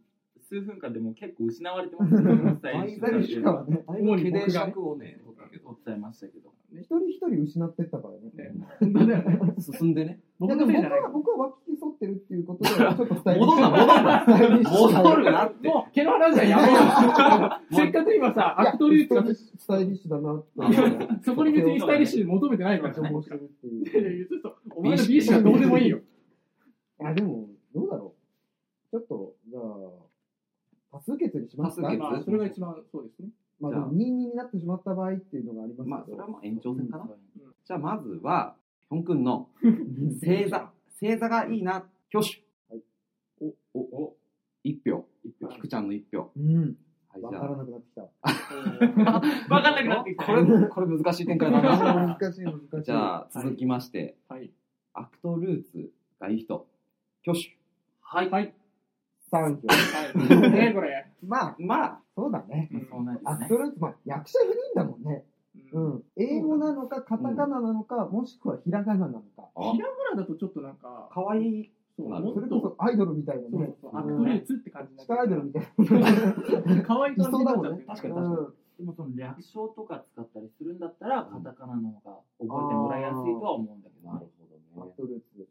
Speaker 4: 数分間でもう結構失われてますね。このスタイリッシュ
Speaker 1: スタイリッシュ感
Speaker 4: さが
Speaker 1: はね、
Speaker 2: だいぶ毛で尺をね、取ったけ
Speaker 4: お伝えましたけど。
Speaker 1: 一人一人失ってったからね。
Speaker 3: 本当だよね。
Speaker 2: ど。進ん でね。
Speaker 1: い
Speaker 3: 僕
Speaker 1: や
Speaker 3: の
Speaker 1: で
Speaker 3: せい
Speaker 1: も僕
Speaker 3: じゃない
Speaker 1: は、僕は脇毛剃ってるっていうことで、ちょっとスタイリッシ
Speaker 2: 戻
Speaker 1: ュ。
Speaker 2: んな、戻ん
Speaker 1: ス
Speaker 2: な。
Speaker 1: タイリッシュ。
Speaker 2: 戻るなって。
Speaker 3: もう、毛の話はやめよう。せっかく今さ、アクトルーツが、
Speaker 1: スタイリッシュだなって。
Speaker 3: そこに別 にスタイリッシュ求めてないから。
Speaker 1: 情報してるっていう。
Speaker 3: ちょっと、お前の美意識はどうでもいいよ。
Speaker 1: あ、でも、どうだろう。ちょっと、じゃあ、数決にしますか
Speaker 2: 多数決
Speaker 3: まあ、それが一番そうですね。
Speaker 1: まあ、でも2 2になってしまった場合っていうのがありますけど、
Speaker 2: まあ、それはもう延長戦かな。
Speaker 4: う
Speaker 2: じゃあ、まずは、ヒョン君の星座。星座がいいな、挙手。お、お、お、一票。一票。菊ちゃんの一票。
Speaker 1: うん、
Speaker 2: はい、
Speaker 1: わ
Speaker 2: じ
Speaker 1: か
Speaker 2: ゃ
Speaker 1: らなくなってきた。
Speaker 4: 分かんなくなってき
Speaker 2: あ。
Speaker 4: た。
Speaker 2: こ れ、これ難しい展開だな。
Speaker 1: 難しい、難しい。
Speaker 2: じゃあ、続きまして、
Speaker 3: はい。
Speaker 2: アクトルーツがいい人。挙手。
Speaker 4: はい。
Speaker 3: はい。
Speaker 1: 3票。
Speaker 3: はい。ね、これ。
Speaker 1: まあ、
Speaker 2: まあ、
Speaker 1: そうだね。
Speaker 4: まあそうなんで
Speaker 1: ア
Speaker 4: す
Speaker 1: ク
Speaker 4: ね
Speaker 1: ト。ルーツ、まあ、役者不倫だもんね。
Speaker 3: う。
Speaker 1: うんん。英語なのか、カタカナなのか、もしくはひらがななのか。
Speaker 2: あ
Speaker 3: ひらがなだとちょっとなんか、
Speaker 2: かわいい。
Speaker 3: そう
Speaker 2: なる
Speaker 3: も
Speaker 1: そ
Speaker 3: っ
Speaker 1: れこ
Speaker 3: と、
Speaker 1: そアイドルみたいな
Speaker 3: そう
Speaker 1: ね
Speaker 3: そ。う、
Speaker 2: うん
Speaker 3: アクトルーツって感じにな
Speaker 1: 地下アイドルみたいな。
Speaker 3: ル。可愛い感じになっちゃってる。
Speaker 2: いそうだもんね確かに
Speaker 1: うん
Speaker 4: でもその略称とか使ったりするんだったら、カタカナの方が覚えてもらいやすいとは思うんだけどね。
Speaker 1: アクトルーツ。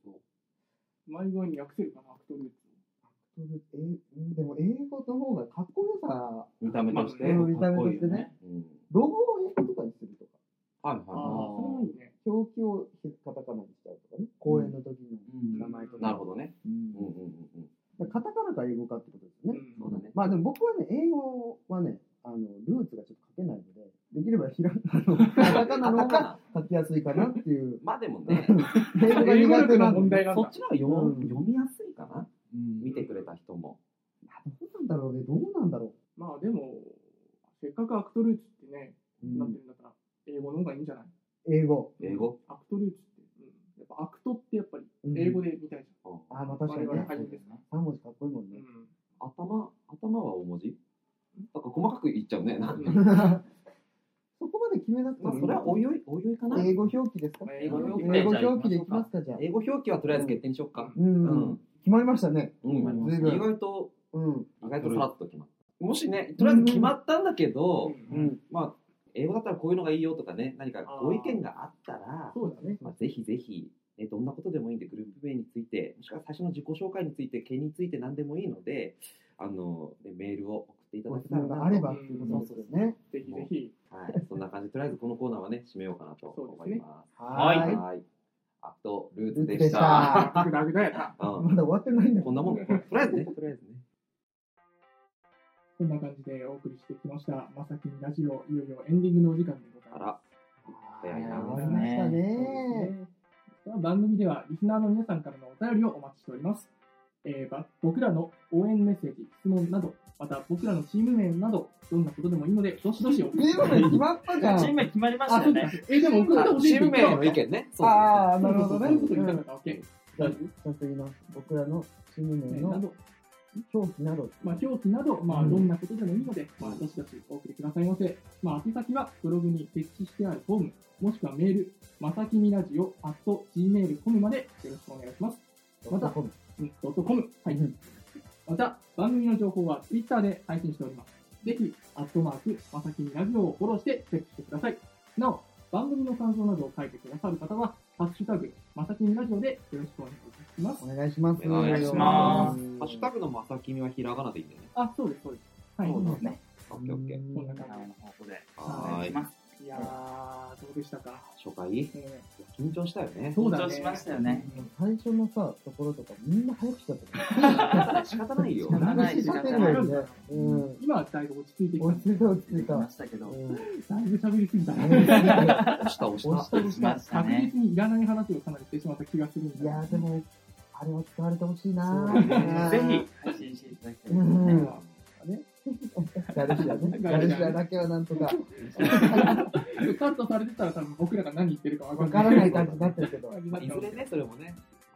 Speaker 3: うまい具合に訳せるかな、アクトルーツ。
Speaker 1: えーでも英語の方がかっこよさ、
Speaker 2: 見た目として。
Speaker 3: まあ
Speaker 2: う
Speaker 3: ね
Speaker 2: ん
Speaker 1: 見た目としてねロゴを英語とかにするとか、
Speaker 2: はい
Speaker 3: ああ
Speaker 2: は
Speaker 3: ー、それもいいね。
Speaker 1: 表記をカタカナにしちゃうとかね、公演の時の
Speaker 4: うん
Speaker 1: 名前と
Speaker 2: い。
Speaker 1: か。
Speaker 2: なるほどね。
Speaker 1: うん
Speaker 2: うんうんうんうん。
Speaker 1: だからカタカナか英語かってことです
Speaker 3: う
Speaker 1: よね。
Speaker 3: ん
Speaker 2: そうだね。
Speaker 1: まあでも僕はね、英語はね、あのルーツがちょっと書けないので、できればひらあのカタカナの方が書きやすいかなっていう。
Speaker 2: まあでもね、
Speaker 1: 英語が
Speaker 3: 英語
Speaker 1: 苦手
Speaker 3: 力
Speaker 1: な
Speaker 3: の
Speaker 1: ん
Speaker 3: 問
Speaker 1: で。
Speaker 3: 題なん
Speaker 2: そっ
Speaker 3: だ。
Speaker 2: ちの方が読
Speaker 1: うん
Speaker 2: 読みやすいかな。見
Speaker 4: 見
Speaker 2: てくれた人も。
Speaker 1: どうなんだろうね、どうなんだろ
Speaker 3: まあでも、せっかくアクトルーツってね、
Speaker 1: う。
Speaker 3: なってるんだから、英語の方がいいんじゃない
Speaker 1: 英語。
Speaker 2: 英語
Speaker 3: アクトルーツって。うんやっぱアクトってやっぱり
Speaker 1: うん
Speaker 3: 英語でみたいじ
Speaker 1: あーまあ確かに
Speaker 3: 我
Speaker 1: ね
Speaker 3: 々。初めてです
Speaker 1: 3文字かっこいいもん
Speaker 3: ゃん。
Speaker 1: ね。
Speaker 2: 頭、頭は大文字なんか細かく言っちゃうね。ま
Speaker 3: うん
Speaker 1: そこまで決めなくて
Speaker 2: あ
Speaker 1: もいい
Speaker 2: それはおいおい、おいおいかな。
Speaker 1: 英語表記ですか
Speaker 3: まあ
Speaker 1: 英
Speaker 3: 英
Speaker 1: 語
Speaker 3: 語
Speaker 1: 表記
Speaker 3: 表記
Speaker 1: で
Speaker 3: で
Speaker 1: いきますか、じゃあ。
Speaker 2: 英語表記はとりあえず決定にしよっか。
Speaker 3: う
Speaker 1: うん
Speaker 2: う
Speaker 1: うん
Speaker 2: ん。
Speaker 1: 決まりましたね。
Speaker 2: うん。
Speaker 1: 随
Speaker 2: 意
Speaker 1: 分。
Speaker 2: 外と、
Speaker 1: うん。
Speaker 2: 意外とさらっと決まった。もしね、とりあえず決まったんだけど、
Speaker 3: うん
Speaker 1: うん。
Speaker 2: まあ、英語だったらこういうのがいいよとかね、何かご意見があったら、
Speaker 3: そうだね。
Speaker 2: まあ、ぜひぜひ、ね、どんなことでもいいんで、グループ名について、もしくは最初の自己紹介について、経営について何でもいいので、あの、ねメールを送っていた
Speaker 1: ご
Speaker 2: だけ
Speaker 1: 質
Speaker 2: たら
Speaker 1: 問
Speaker 2: なと
Speaker 1: があればっていうことですよね。
Speaker 3: ぜひぜひ。
Speaker 2: はい、そんな感じで、とりあえずこのコーナーはね、締めようかなと思います。
Speaker 4: はい
Speaker 1: はーい。
Speaker 2: はい。あと、ルーツで
Speaker 1: ルーツで
Speaker 2: し。
Speaker 1: したた
Speaker 3: あ、グダグダやな。
Speaker 2: うん
Speaker 1: まだ終わってないんだけど
Speaker 2: こんなもん、とりあえずね、とりあえずね。
Speaker 3: こんな感じでお送りしてきました。まさきにラジオ、いよいよエンディングのお時間でございま
Speaker 2: あ
Speaker 3: す。
Speaker 2: ら、早いな
Speaker 1: 終わりましたね。
Speaker 3: では番組ではリスナーの皆さんからのお便りをお待ちしております、えーば僕らの応援メッセージ質問などまた僕らのチーム名などどんなことでもいいのでどしどしお送り
Speaker 1: ゲ
Speaker 3: くだ
Speaker 1: ー
Speaker 3: さ
Speaker 1: ム
Speaker 3: い
Speaker 1: が決まったじゃ
Speaker 4: チーム
Speaker 1: ん。
Speaker 4: 名決まりましたよね。
Speaker 3: えでも送ってほしい
Speaker 2: チ
Speaker 3: っ
Speaker 2: ー
Speaker 3: て言
Speaker 2: ム名
Speaker 3: っ
Speaker 2: の
Speaker 3: た
Speaker 2: 意見ね。そう
Speaker 1: ああ、な
Speaker 3: な
Speaker 1: る
Speaker 3: る
Speaker 1: ほ
Speaker 3: ほ
Speaker 1: ど
Speaker 3: ど
Speaker 1: ね
Speaker 3: ね。
Speaker 1: うん
Speaker 3: ね
Speaker 1: じゃあちゃんと言います。僕らのチーム名
Speaker 3: な
Speaker 1: の
Speaker 3: ど、
Speaker 1: 表記など。
Speaker 3: まあ、表記など、まあ、
Speaker 1: うん
Speaker 3: どんなことでもいいので、まあ、どしどしお送りくださいませ。まあ、宛先はブログに設置してあるフォーム、もしくはメール、まさきみラジオ、アット gmail.com までよろしくお願いします。また
Speaker 1: 今度
Speaker 3: うんドットコム。はい。また、番組の情報は Twitter で配信しております。ぜひ、アットマーク、まさきみラジオをフォローしてチェックしてください。なお、番組の感想などを書いてくださる方は、ハッシュタグ、まさきみラジオでよろしくお願いいたします。
Speaker 1: お願いします。。
Speaker 2: お願
Speaker 4: いします
Speaker 2: ハッシュタグのまさきみはひらがなでいいんだよね。
Speaker 3: あ、そうです、そうです。はい。
Speaker 2: そうだね。オッケーオッケー。
Speaker 3: こんな
Speaker 4: カタカ
Speaker 3: 感
Speaker 4: ナの方でお
Speaker 2: は
Speaker 4: 願い
Speaker 2: ー
Speaker 4: し
Speaker 2: い。
Speaker 4: ます。
Speaker 3: じ。いやー、どうでしたか。
Speaker 2: 初回、
Speaker 3: え
Speaker 2: 緊張したよね
Speaker 3: ー。そうだ
Speaker 4: 緊
Speaker 3: ね。
Speaker 4: 張しましたよね。
Speaker 1: 最初のさ、ところとかみんな早口だったから。
Speaker 2: 仕方ないよ。
Speaker 4: 方ない
Speaker 1: 仕方ないよね。うん。
Speaker 3: 今はだいぶ落ち着いてき
Speaker 1: 落ち
Speaker 3: た。
Speaker 1: 着いた落ち着
Speaker 4: で
Speaker 1: い
Speaker 4: きま
Speaker 1: た。
Speaker 4: したけど。
Speaker 1: うん
Speaker 3: だいぶ喋りすぎた。
Speaker 2: 押した押
Speaker 1: 押
Speaker 2: し
Speaker 1: した押し
Speaker 4: しま
Speaker 1: た。
Speaker 4: した
Speaker 3: 確
Speaker 4: ね。
Speaker 3: 実にいらない話をかなりしてしまった気がするんだけ
Speaker 1: い
Speaker 3: ど
Speaker 1: やーでも、あれは使われてほしいな
Speaker 4: そうだ
Speaker 1: ー
Speaker 4: ねぜひ配信していただきたいです
Speaker 1: う
Speaker 4: ね
Speaker 1: ん。ガルシアね。ガルシアだけはなんとか、
Speaker 3: カットされてたら多分僕らが何言ってるかわ
Speaker 1: わ
Speaker 3: か
Speaker 1: からら
Speaker 3: な
Speaker 1: ないい
Speaker 3: 感
Speaker 1: 感じ
Speaker 3: じ
Speaker 1: に
Speaker 3: にな
Speaker 1: な
Speaker 3: っ
Speaker 1: ってて
Speaker 3: る
Speaker 1: る
Speaker 3: け
Speaker 1: け
Speaker 3: ど。
Speaker 1: ど
Speaker 3: よ
Speaker 2: まあいずれね、それもね。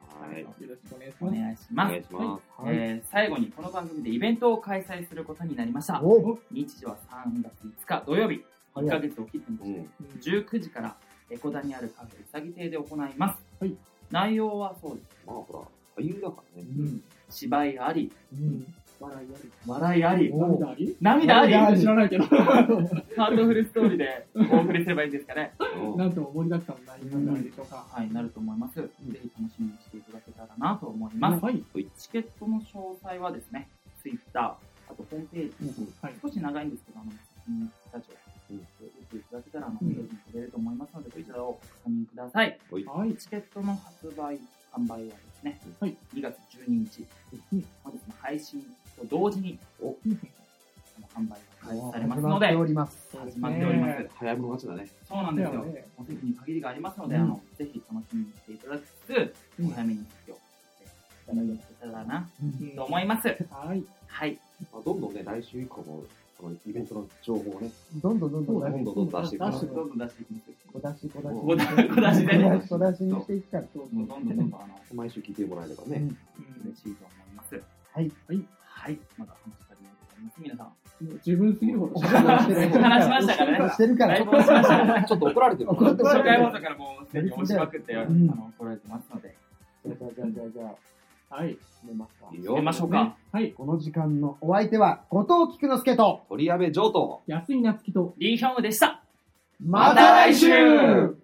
Speaker 2: はい。
Speaker 3: ろしくお願いし
Speaker 4: お
Speaker 3: ます。
Speaker 4: 願いし
Speaker 2: お
Speaker 4: ます
Speaker 2: 願い。します。
Speaker 4: えー最後にこの番組でイベントを開催することになりました。
Speaker 1: おう
Speaker 4: 日時は3月5日土曜日、1ヶ月を切ってま
Speaker 2: う
Speaker 4: して、
Speaker 2: ん。
Speaker 4: 19時からエコダにあるカフェうさぎ亭で行います。
Speaker 3: はい
Speaker 4: 内容はそうです。
Speaker 2: まあほら、俳優だからね。
Speaker 1: ん。
Speaker 4: 芝居あり、
Speaker 1: うん。
Speaker 3: 笑いあり。
Speaker 4: 笑いあり、
Speaker 1: お
Speaker 3: 涙あり
Speaker 4: 涙あり、
Speaker 1: 涙あり
Speaker 3: 知らないけど。
Speaker 4: ハートフルストーリーでお送りすればいいんですかね。
Speaker 3: なんとも盛りだくさんの内容になるでしょうか。
Speaker 4: はい、なると思います。ぜひ楽しみにしていただけたらなと思います。
Speaker 3: はい。
Speaker 4: チケットの詳細はですね、Twitter、あとホームページ、
Speaker 3: はい。
Speaker 4: 少し長いんですけど、あの、うんラジオ、
Speaker 2: うん
Speaker 4: 見ていただけたら、あの、ページに触れると思いますので、こちらをご確認ください。
Speaker 3: はい。
Speaker 4: チケットの発売、販売はですね、
Speaker 3: はい
Speaker 4: 2月12日、
Speaker 3: うん
Speaker 4: 本日の配信と同時に、
Speaker 3: うん
Speaker 4: 開始されますので
Speaker 1: 始まっております。
Speaker 4: 始まっております、
Speaker 3: ね
Speaker 2: 早い者勝ちだね。
Speaker 4: そうなん
Speaker 3: だ
Speaker 4: です
Speaker 3: よ
Speaker 4: よ
Speaker 3: ね。
Speaker 4: お席に限りがありますので、
Speaker 1: うん
Speaker 4: あのぜひ楽しみにしていただきつつ、
Speaker 3: うん
Speaker 4: お早めに発表していただけたらな
Speaker 3: うん
Speaker 4: と思います、
Speaker 3: はい。
Speaker 4: はい
Speaker 2: まあ、どんどんね、来週以降も、このイベントの情報をね、
Speaker 1: どんどんどんどん
Speaker 2: どんどんどんどん出していくか
Speaker 4: ど
Speaker 2: ら
Speaker 4: んどん出していきますよ
Speaker 1: 小出し小出し。
Speaker 4: 小出し小出しでね
Speaker 1: 小出しにしていくから。
Speaker 3: そう
Speaker 4: どんどんどんどんあの
Speaker 2: 毎週聞いてもらえれば
Speaker 1: う
Speaker 2: ね
Speaker 1: ん。
Speaker 4: 嬉しいと思います
Speaker 1: はい
Speaker 4: はい、はい、まだ話したりもあります皆さん
Speaker 3: もう十分すぎるほど
Speaker 1: お
Speaker 3: 喋
Speaker 1: 仕事
Speaker 3: ら
Speaker 1: し
Speaker 3: な
Speaker 1: て
Speaker 3: い。
Speaker 1: る
Speaker 4: 話しましたからね
Speaker 1: してるから
Speaker 4: ライ。ブをしました
Speaker 2: ちょっと怒られてる。
Speaker 1: 怒って
Speaker 4: 公
Speaker 1: る
Speaker 4: 開放送からもうすでに押しまくって、
Speaker 2: うん
Speaker 4: あの来られてますので
Speaker 1: じゃあじゃあじゃあじゃあ、
Speaker 3: はい。
Speaker 1: 寝ますか。
Speaker 2: い
Speaker 4: や
Speaker 2: いよ
Speaker 4: めましょうか
Speaker 3: はい。
Speaker 1: この時間のお相手は、後藤菊之助と、
Speaker 2: 鳥矢部城と。
Speaker 3: 安井夏樹と
Speaker 4: リーヒョンウでした
Speaker 1: ま
Speaker 4: た来週